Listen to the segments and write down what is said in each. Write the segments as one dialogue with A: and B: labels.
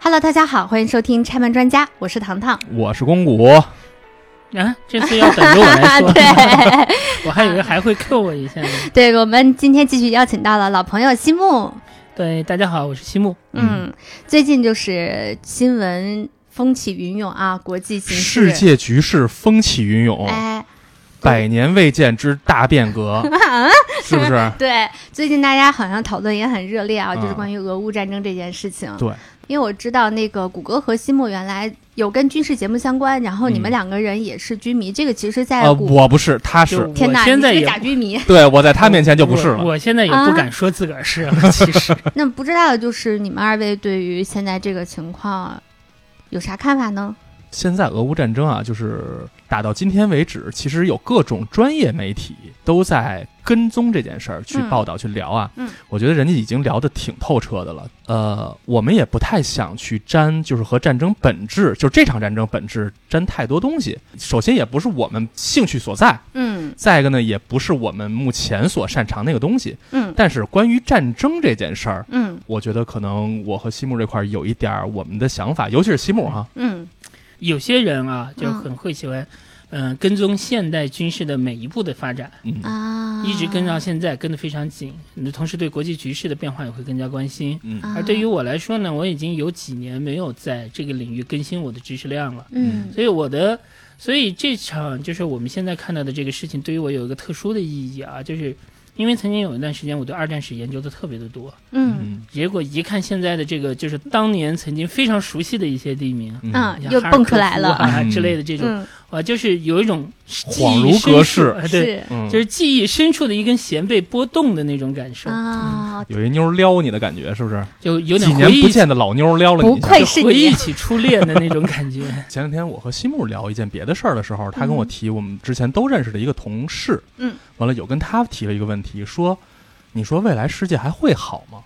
A: Hello，大家好，欢迎收听拆漫专家，我是糖糖。
B: 我是公谷，
C: 啊，这次要等着我来 说，
A: 对
C: 我还以为还会 Q 我一下呢。
A: 对，我们今天继续邀请到了老朋友西木。
C: 对，大家好，我是西木。
A: 嗯，最近就是新闻风起云涌啊，国际形势。
B: 世界局势风起云涌，
A: 哎，
B: 百年未见之大 变革，
A: 啊
B: 是呃不是？
A: 对，最近大家好像讨论也很热烈啊，
B: 嗯
A: 就是关于俄乌战争这件事情。
B: 对，
A: 因为我知道那个谷歌和西木原来有跟军事节目相关，然后你们
B: 嗯
A: 两个人也是军迷，这个其实在
B: 呃，
A: 谷、
B: 我不是，他，
C: 就是我
A: 天哪，
C: 现在
A: 你是
C: 也
A: 个假啊军迷。
B: 对我在他面前就不是
C: 我
B: 了。
C: 我现在也不敢说自个儿是了， 其实
A: 那不知道的就是你们二位对于现在这个情况有啥看法呢？
B: 现在俄乌战争啊，就是打到今天为止，其实有各种专业媒体都在跟踪这件事儿去
A: 嗯
B: 报道、去聊啊。
A: 嗯
B: 我觉得人家已经聊得挺透彻的了。呃，我们也不太想去沾，就是和战争本质，就是这场战争本质沾太多东西。首先，也不是我们兴趣所在。
A: 嗯
B: 再一个呢，也不是我们目前所擅长那个东西。
A: 嗯
B: 但是关于战争这件事儿，
A: 嗯
B: 我觉得可能我和西木这块儿有一点儿我们的想法，尤其是西木哈，
A: 嗯
C: 有些人啊就很会喜欢，嗯、跟踪现代军事的每一步的发展，
B: 嗯，
A: 啊，
C: 一直跟到现在，跟得非常紧。你同时对国际局势的变化也会更加关心。
B: 嗯
A: 啊
C: 而对于我来说呢，我已经有几年没有在这个领域更新我的知识量了，
A: 嗯
C: 所以我的，所以这场就是我们现在看到的这个事情，对于我有一个特殊的意义啊，就是因为曾经有一段时间我对二战史研究的特别的多，
A: 嗯
B: 嗯
C: 结果一看现在的这个，就是当年曾经非常熟悉的一些地名，
A: 嗯
C: 像
A: 又
C: 哈尔
A: 蹦出
C: 科
A: 来
C: 夫
A: 了
C: 啊
B: 嗯
C: 之类的这种，
A: 嗯
C: 啊，就是有一种记忆
B: 恍如隔
C: 深处
B: 世
C: 哎对，
A: 是
B: 嗯，
C: 就是记忆深处的一根弦被拨动的那种感受，
A: 啊，
B: 有一妞撩你的感觉，是不是？
C: 就有
B: 几
C: 点
B: 年
C: 回
B: 不
C: 忆起。
B: 见的老妞撩了你
A: 不
B: 一下。
A: 愧
C: 就是回忆
A: 你，啊
C: 起初恋的那种感觉，
B: 前两天我和西木聊一件别的事儿的时候，他跟我提我们之前都认识的一个同事，
A: 嗯，
B: 完了有跟他提了一个问题，说你说未来世界还会好吗？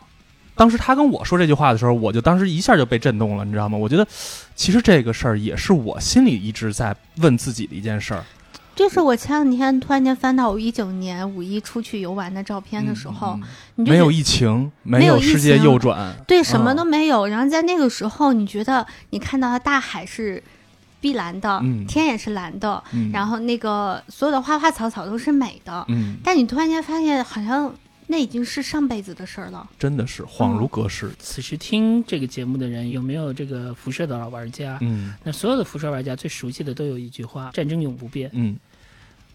B: 当时他跟我说这句话的时候，我就当时一下就被震动了，你知道吗？我觉得其实这个事儿也是我心里一直在问自己的一件事儿。
A: 这是我前两天突然间翻到我一九年五一出去游玩的照片的时候
B: 嗯，嗯
A: 你就
B: 没有
A: 是
B: 疫情，没
A: 没有
B: 有世
A: 疫
B: 界
A: 情
B: 右转，
A: 对什么
B: 嗯
A: 都没有，然后在那个时候，你觉得你看到的大海是碧蓝的，
B: 嗯
A: 天也是蓝的，
B: 嗯，
A: 然后那个所有的花花草草都是美的，
B: 嗯，
A: 但你突然间发现，好像那已经是上辈子的事儿了。
B: 真的是恍如隔世，
C: 此时听这个节目的人有没有这个辐射的老玩家？
B: 嗯
C: 那所有的辐射玩家最熟悉的都有一句话：战争永不变。
B: 嗯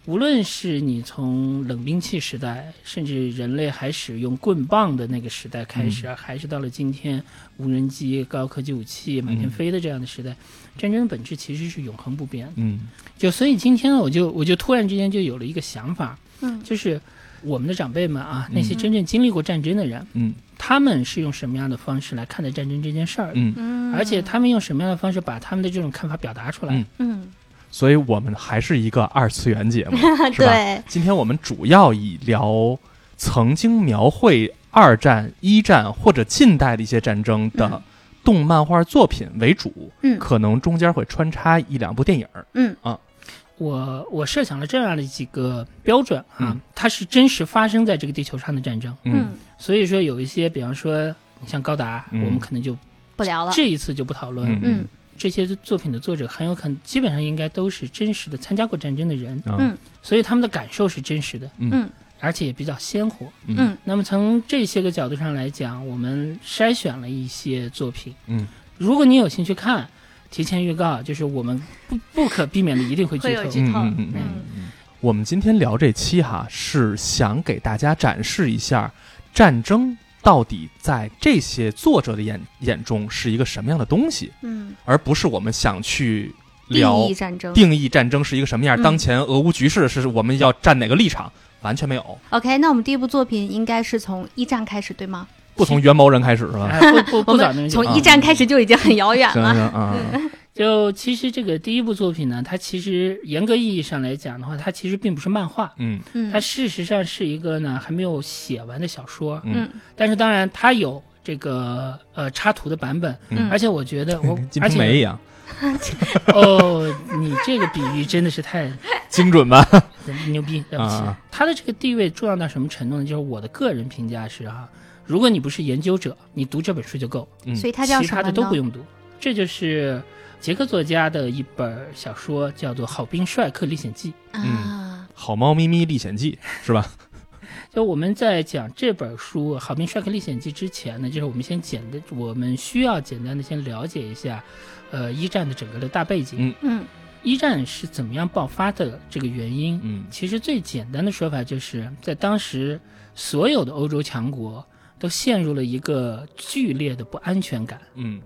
C: 无论是你从冷兵器时代，甚至人类还使用棍棒的那个时代开
B: 嗯
C: 始，啊还是到了今天无人机、高科技武器满
B: 嗯
C: 天飞的这样的时代，战争的本质其实是永恒不变的。
B: 嗯
C: 就所以今天呢，我就我就突然之间就有了一个想法，
A: 嗯
C: 就是我们的长辈们啊，
B: 嗯
C: 那些真正经历过战争的人，
B: 嗯
C: 他们是用什么样的方式来看待战争这件事儿的？
B: 嗯，
A: 嗯
C: 而且他们用什么样的方式把他们的这种看法表达出来？
B: 嗯
A: 嗯，
B: 所以我们还是一个二次元节目，是吧？
A: 对，
B: 今天我们主要以聊曾经描绘二战、一战或者近代的一些战争的
A: 嗯
B: 动漫画作品为主，
A: 嗯
B: 可能中间会穿插一两部电影儿，
C: 我我设想了这样的几个标准啊，
B: 嗯
C: 它是真实发生在这个地球上的战争，
A: 嗯，
C: 所以说有一些，比方说你像高达，
B: 嗯
C: 我们可能就
A: 不聊了。
C: 这一次就不讨论了。
B: 嗯
A: 嗯
C: 这些作品的作者很有可能基本上应该都是真实的参加过战争的人，
B: 啊
A: 嗯
C: 所以他们的感受是真实的，
A: 嗯，
C: 而且也比较鲜活。
A: 嗯
C: 那么从这些个角度上来讲，我们筛选了一些作品。
B: 嗯，
C: 如果你有兴趣看，提前预告，就是我们不不可避免的一定会
A: 会
C: 剧
A: 有
C: 透。
A: 剧
B: 嗯
A: 透
B: 嗯嗯嗯嗯。我们今天聊这期哈，是想给大家展示一下战争到底在这些作者的眼眼中是一个什么样的东西，
A: 嗯，
B: 而不是我们想去聊
A: 定义战争。
B: 定义战争是一个什么样，
A: 嗯
B: 当前俄乌局势是我们要站哪个立场，完全没有，
A: OK，那我们第一部作品应该是从一战开始，对吗？
B: 不从元谋人开始是吧？
C: 哎，不不
A: 我
C: 不早那
A: 们
C: 么久
A: 从
C: 啊
A: 一战开始就已经很遥远
B: 行
A: 了。
B: 行啊，嗯
C: 就其实这个第一部作品呢，它其实严格意义上来讲的话，它其实并不是漫画，
B: 嗯
A: 嗯
C: 它事实上是一个呢还没有写完的小说。
A: 嗯
C: 但是当然，它有这个呃插图的版本，
A: 嗯
C: 而且我觉得我
B: 跟 金
C: 而
B: 瓶梅一
C: 且
B: 样
C: 哦，你这个比喻真的 是太
B: 精准吧？
C: 牛逼！对不起
B: 啊，
C: 他的这个地位重要到什么程度呢？就是我的个人评价是啊，如果你不是研究者，你读这本书就够，
B: 嗯
A: 所以它叫
C: 其
A: 什么
C: 他的
A: 呢？
C: 都不用读。这就是捷克作家的一本小说，叫做《好兵帅克历险记》。
A: 啊，
B: 《好猫咪咪历险记》是吧？
C: 就我们在讲这本书《好兵帅克历险记》之前呢，就是我们先简单，我们需要简单的先了解一下，呃，一战的整个的大背景，
B: 嗯
A: 嗯
C: 一战是怎么样爆发的这个原因。
B: 嗯
C: 其实最简单的说法就是在当时，所有的欧洲强国都陷入了一个剧烈的不安全感。
B: 嗯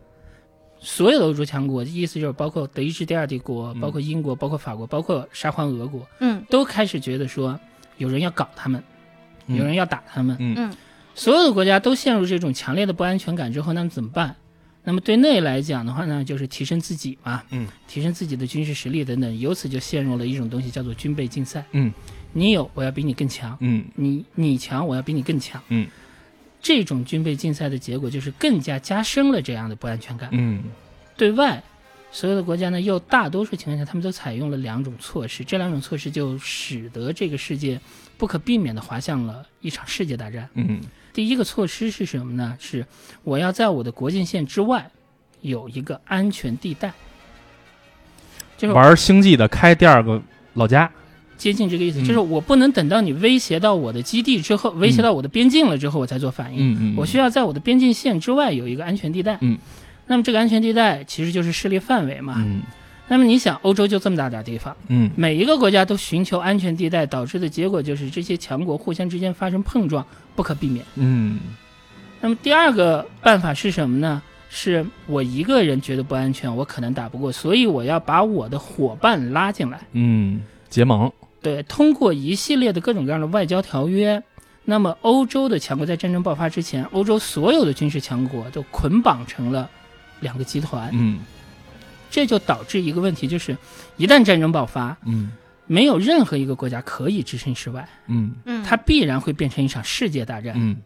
C: 所有的欧洲强国，意思就是包括德意志第二帝国，
B: 嗯
C: 包括英国，包括法国，包括沙皇俄国，
A: 嗯
C: 都开始觉得说，有人要搞他们，有人要打他们。
B: 嗯
A: 嗯
C: 所有的国家都陷入这种强烈的不安全感之后，那么怎么办？那么对内来讲的话呢，就是提升自己嘛，
B: 嗯，
C: 提升自己的军事实力等等，由此就陷入了一种东西叫做军备竞赛。
B: 嗯，
C: 你有，我要比你更强；
B: 嗯
C: 你你强，我要比你更强。
B: 嗯，
C: 这种军备竞赛的结果就是更加加深了这样的不安全感。
B: 嗯
C: 对外，所有的国家呢，又大多数情况下，他们都采用了两种措施，这两种措施就使得这个世界不可避免地滑向了一场世界大战。
B: 嗯
C: 第一个措施是什么呢？是我要在我的国境线之外有一个安全地带，就
B: 嗯，
C: 是
B: 玩星际的开第二个老家，
C: 接近这个意思，
B: 嗯
C: 就是我不能等到你威胁到我的基地之后，威胁到我的边境了之后，我才做反应。
B: 嗯嗯，
C: 哎我需要在我的边境线之外有一个安全地带。
B: 嗯，
C: 那么这个安全地带其实就是势力范围嘛。
B: 嗯
C: 那么你想，欧洲就这么大点儿地方，
B: 嗯
C: 每一个国家都寻求安全地带，导致的结果就是这些强国互相之间发生碰撞，不可避免。
B: 嗯
C: 那么第二个办法是什么呢？是我一个人觉得不安全，我可能打不过，所以我要把我的伙伴拉进来。
B: 嗯，结盟，
C: 对，通过一系列的各种各样的外交条约，那么欧洲的强国在战争爆发之前，欧洲所有的军事强国都捆绑成了两个集团，
B: 嗯
C: 这就导致一个问题，就是一旦战争爆发，
B: 嗯
C: 没有任何一个国家可以置身事外，
B: 嗯
A: 嗯，
C: 它必然会变成一场世界大战。
B: 嗯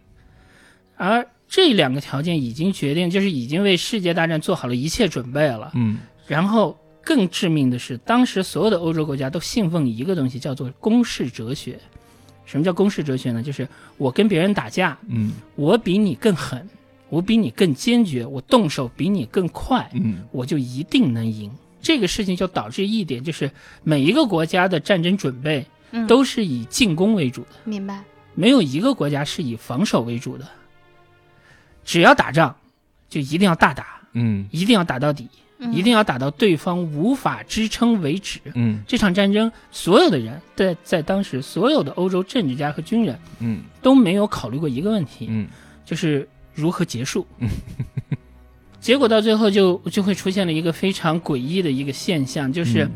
C: 而这两个条件已经决定，就是已经为世界大战做好了一切准备了。
B: 嗯
C: 然后更致命的是，当时所有的欧洲国家都信奉一个东西，叫做公式哲学。什么叫公式哲学呢？就是我跟别人打架，
B: 嗯
C: 我比你更狠，我比你更坚决，我动手比你更快，
B: 嗯
C: 我就一定能赢。这个事情就导致一点，就是每一个国家的战争准备
A: 嗯
C: 都是以进攻为主的，
A: 明白，
C: 没有一个国家是以防守为主的。只要打仗，就一定要大打，
B: 嗯
C: 一定要打到底，
A: 嗯
C: 一定要打到对方无法支撑为止。
B: 嗯
C: 这场战争，所有的人在在当时，所有的欧洲政治家和军人
B: 嗯
C: 都没有考虑过一个问题，
B: 嗯
C: 就是如何结束。结果到最后就就会出现了一个非常诡异的一个现象，就是
B: 嗯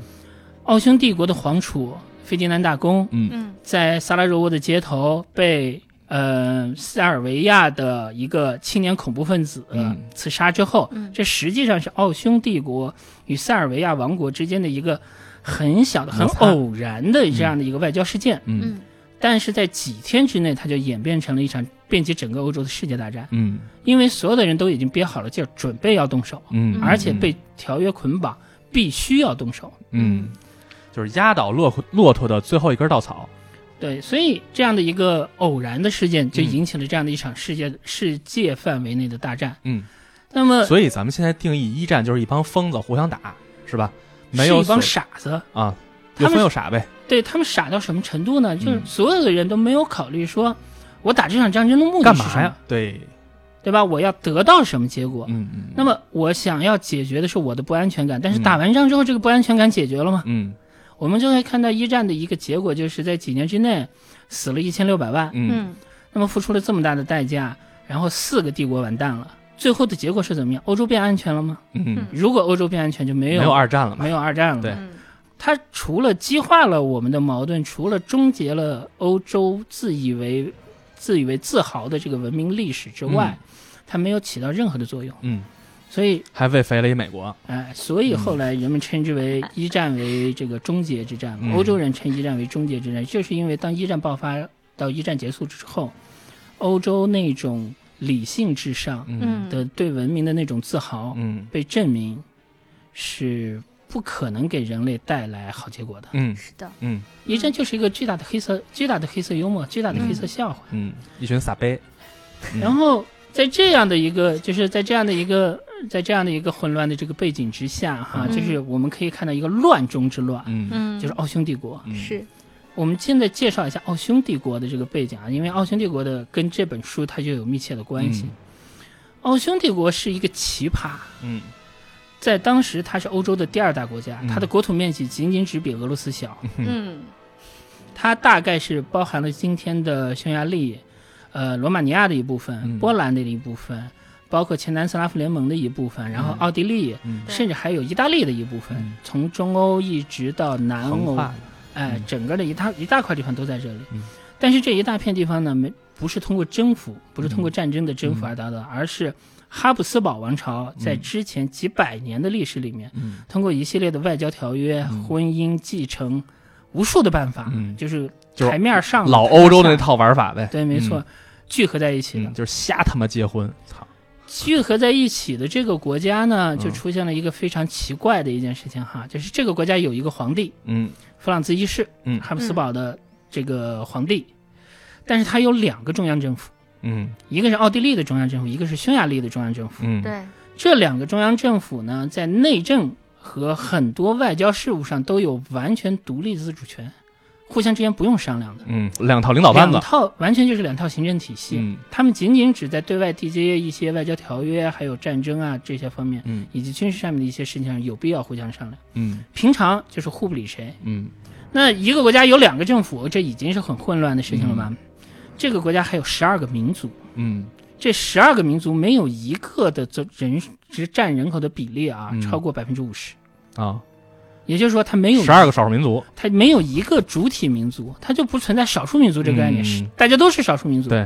C: 奥匈帝国的皇储费迪南大公
B: 嗯
A: 嗯
C: 在萨拉热窝的街头被呃塞尔维亚的一个青年恐怖分子
B: 嗯
C: 刺杀之后，
A: 嗯
C: 这实际上是奥匈帝国与塞尔维亚王国之间的一个很小的、很
B: 摩擦
C: 偶然的这样的一个外交事件，
B: 嗯
A: 嗯
C: 但是在几天之内，它就演变成了一场遍及整个欧洲的世界大战，
B: 嗯
C: 因为所有的人都已经憋好了劲儿，准备要动手，
B: 嗯，
C: 而且被条约捆绑，必须要动手。
B: 嗯，就是压倒骆骆驼的最后一根稻草。
C: 对，所以这样的一个偶然的事件，就
B: 嗯
C: 引起了这样的一场世界、世界范围内的大战。
B: 嗯，
C: 那么
B: 所以咱们现在定义一战就是一帮疯子互相打，是吧？没有
C: 是一
B: 所
C: 帮傻子，
B: 啊，
C: 他
B: 有
C: 们
B: 疯有傻呗。
C: 对他们傻到什么程度呢？就是
B: 嗯
C: 所有的人都没有考虑说，我打这场战争的目的
B: 干
C: 是什
B: 嘛
C: 么
B: 呀，？对，
C: 对吧？我要得到什么结果？
B: 嗯嗯，
C: 那
B: 么
C: 么我想要解决的是我的不安全感，但是
B: 嗯
C: 打完仗之后，这个不安全感解决了吗？
B: 嗯
C: 我们就会看到一战的一个结果，就是在几年之内死了一千六百万，
B: 嗯
A: 嗯
C: 那么付出了这么大的代价，然后四个帝国完蛋了，最后的结果是怎么样？欧洲变安全了吗？
B: 嗯，
C: 如果欧洲变安全，就没
B: 没
C: 有
B: 有二战了嘛
C: 没？有二战了。
B: 对
A: 嗯
C: 它除了激化了我们的矛盾，除了终结了欧洲自以为自以为自豪的这个文明历史之外，它没有起到任何的作用。
B: 嗯，
C: 所以，
B: 还喂肥了一美国。
C: 哎、所以
B: 嗯
C: 后来人们称之为一战为这个终结之战，
B: 嗯
C: 欧洲人称一战为终结之战，就是因为当一战爆发到一战结束之后，欧洲那种理性至上
B: 嗯
A: 嗯
C: 的对文明的那种自豪，
B: 嗯
C: 被证明是不可能给人类带来好结果的。
B: 嗯
A: 是的，
B: 嗯
C: 一战就是一个巨大的黑色、巨大的黑色幽默、巨大的黑色笑话。
B: 嗯，一群傻逼。嗯
C: 然后在这样的一个，就是在这样的一个，在这样的一个混乱的这个背景之下，哈，
A: 嗯
C: 就是我们可以看到一个乱中之乱，
B: 嗯
A: 嗯，
C: 就是奥匈帝国。
B: 嗯
A: 是，
C: 我们现在介绍一下奥匈帝国的这个背景啊，因为奥匈帝国的跟这本书它就有密切的关系。奥匈帝国是一个奇葩，
B: 嗯
C: 在当时它是欧洲的第二大国家，
B: 嗯
C: 它的国土面积仅仅只比俄罗斯小，
B: 嗯
A: 嗯
C: 它大概是包含了今天的匈牙利、呃罗马尼亚的一部分、
B: 嗯
C: 波兰的一部分，包括前南斯拉夫联盟的一部分，然后
B: 嗯
C: 奥地利，
B: 嗯
A: 对
C: 甚至还有意大利的一部分，
B: 嗯
C: 从中欧一直到南
B: 横
C: 欧，
B: 跨
C: 哎、
B: 嗯
C: 整个的一大一大块地方都在这里。
B: 嗯
C: 但是这一大片地方呢，没不是通过征服，不是
B: 嗯
C: 通过战争的征服而达到的，而是哈布斯堡王朝在
B: 嗯
C: 之前几百年的历史里面，
B: 嗯
C: 通过一系列的外交条约、
B: 嗯
C: 婚姻继承、无数的办法，
B: 嗯
C: 就是
B: 就是
C: 台面上的
B: 老欧洲的那，套玩法呗，
C: 台面下对，没错，聚合在一起
B: 嗯，
C: 的。
B: 嗯就是瞎他妈结婚，操，
C: 聚合在一起的这个国家呢，
B: 嗯
C: 就出现了一个非常奇怪的一件事情哈，就是这个国家有一个皇帝
B: 嗯
C: 弗朗兹一世，
B: 嗯
C: 哈布斯堡的这个皇帝，但是他有两个中央政府，
B: 嗯
C: 一个是奥地利的中央政府，一个是匈牙利的中央政府。
B: 嗯，
A: 对，
C: 这两个中央政府呢，在内政和很多外交事务上都有完全独立自主权，互相之间不用商量的。
B: 嗯，两套领导班子
C: 两，套完全就是两套行政体系，
B: 嗯
C: 他们仅仅只在对外缔结一些外交条约，还有战争啊这些方面，
B: 嗯
C: 以及军事上面的一些事情上有必要互相商量。
B: 嗯
C: 平常就是互不理谁。
B: 嗯
C: 那一个国家有两个政府，这已经是很混乱的事情了吧？这个国家还有十二个民族，
B: 嗯
C: 这十二个民族没有一个的这人只占人口的比例啊、
B: 嗯
C: 超过百分之五十，
B: 啊，
C: 也就是说它没有
B: 十二个少数民族，
C: 它没有一个主体民族，它就不存在少数民族这个概念，
B: 嗯
C: 是大家都是少数民族。
B: 对，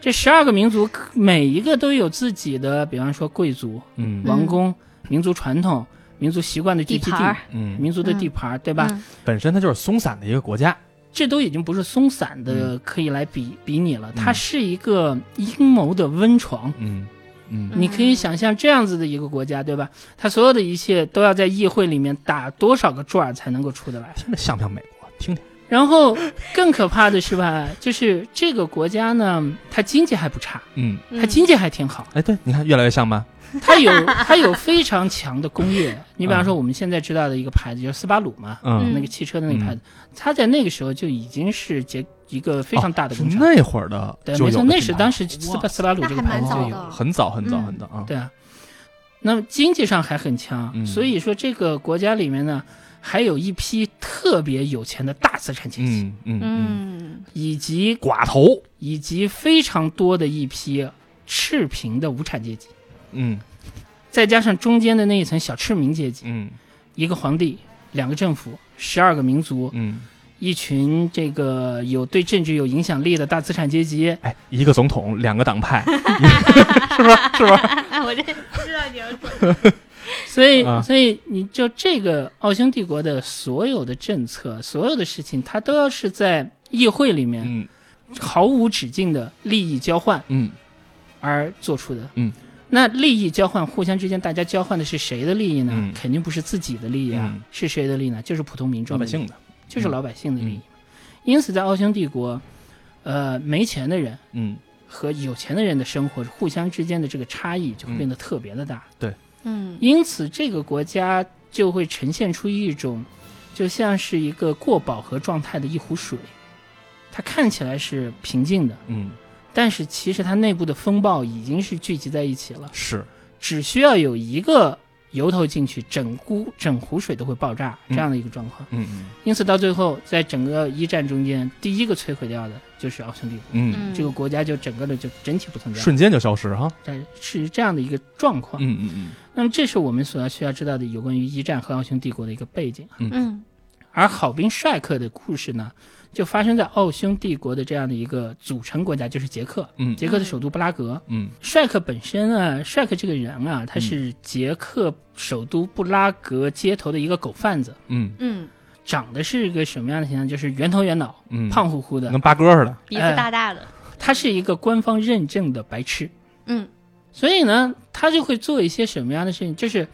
C: 这十二个民族可每一个都有自己的，比方说贵族、
B: 嗯
C: 王宫、民族传统、民族习惯的聚
A: 地
C: 集
A: 盘儿嗯
C: 地、，
B: 嗯，
C: 民族的地盘儿，
A: 对
C: 对吧？？
B: 本身它就是松散的一个国家，
C: 这都已经不是松散
B: 嗯
C: 的可以来比、比拟了，它是一个阴谋的温床。
B: 嗯嗯
A: 嗯
C: 你可以想象这样子的一个国家，对吧？它所有的一切都要在议会里面打多少个转儿才能够出得来？
B: 听着像不像美国？听听，
C: 然后更可怕的是吧，就是这个国家呢，它经济还不差，
B: 嗯，
C: 它经济还挺好，
B: 哎，对，你看越来越像吧，
C: 它有它有非常强的工业。你比方说我们现在知道的一个牌子就是斯巴鲁嘛，
B: 嗯，
C: 那个汽车的那个牌子，它在那个时候就已经是结一个非常大的
B: 是
C: 工厂。
B: 哦那会儿的
C: 对，
B: 就有
C: 没错，
B: 的
C: 那
B: 品
C: 是
B: 牌
C: 当时斯巴斯巴鲁这个
A: 那还
C: 牌
A: 蛮
C: 子就
A: 早
C: 有，
A: 的
B: 很早很早
A: 嗯
B: 很早啊，
C: 对啊。那么经济上还很强，
B: 嗯
C: 所以说这个国家里面呢，还有一批特别有钱的大资产阶级，
B: 嗯嗯嗯，
A: 嗯
C: 以及
B: 寡头，
C: 以及非常多的一批赤贫的无产阶级，
B: 嗯
C: 再加上中间的那一层小赤民阶级，
B: 嗯
C: 一个皇帝，两个政府，十二个民族，
B: 嗯，
C: 一群这个有对政治有影响力的大资产阶级，
B: 哎，一个总统，两个党派，
A: 哎，我这知道你要说，
C: 所以，
B: 啊
C: 所以你就这个奥匈帝国的所有的政策、所有的事情，它都要是在议会里面
B: 嗯
C: 毫无止境的利益交换
B: 嗯
C: 而做出的。
B: 嗯，
C: 那利益交换，互相之间大家交换的是谁的利益呢？
B: 嗯
C: 肯定不是自己的利益啊，
B: 嗯
C: 是谁的利益呢？就是普通民
B: 老
C: 众的
B: 百
C: 利益
B: 姓的，
C: 就是老百姓的利益。
B: 嗯
C: 因此，在奥匈帝国，呃，没钱的人
B: 嗯
C: 和有钱的人的生活互相之间的这个差异就会变得特别的大。
A: 嗯
C: 因此，这个国家就会呈现出一种，就像是一个过饱和状态的一壶水，它看起来是平静的，
B: 嗯
C: 但是其实它内部的风暴已经是聚集在一起了，
B: 是，
C: 只需要有一个由头进去，整壶整壶水都会爆炸
B: 嗯
C: 这样的一个状况。
B: 嗯嗯
C: 因此，到最后，在整个一战中间，第一个摧毁掉的就是奥匈帝国，
B: 嗯。
A: 嗯，
C: 这个国家就整个的就整体不存在了，
B: 瞬间就消失哈。
C: 但是这样的一个状况。
B: 嗯嗯
C: 那么这是我们所要需要知道的有关于一战和奥匈帝国的一个背景。
A: 嗯
C: 而好兵帅克的故事呢，就发生在奥匈帝国的这样的一个组成国家，就是捷克。
B: 嗯
C: 捷克的首都布拉格。
B: 嗯
C: 帅克本身啊，帅克这个人啊，他是捷克首都布拉格街头的一个狗贩子，
B: 嗯
A: 嗯，
C: 长得是一个什么样的形象？就是圆头圆脑、
B: 嗯，
C: 胖乎乎的
B: 跟。八哥似的。
A: 鼻子大大的，
C: 他是一个官方认证的白痴。
A: 嗯
C: 所以呢，他就会做一些什么样的事情？就是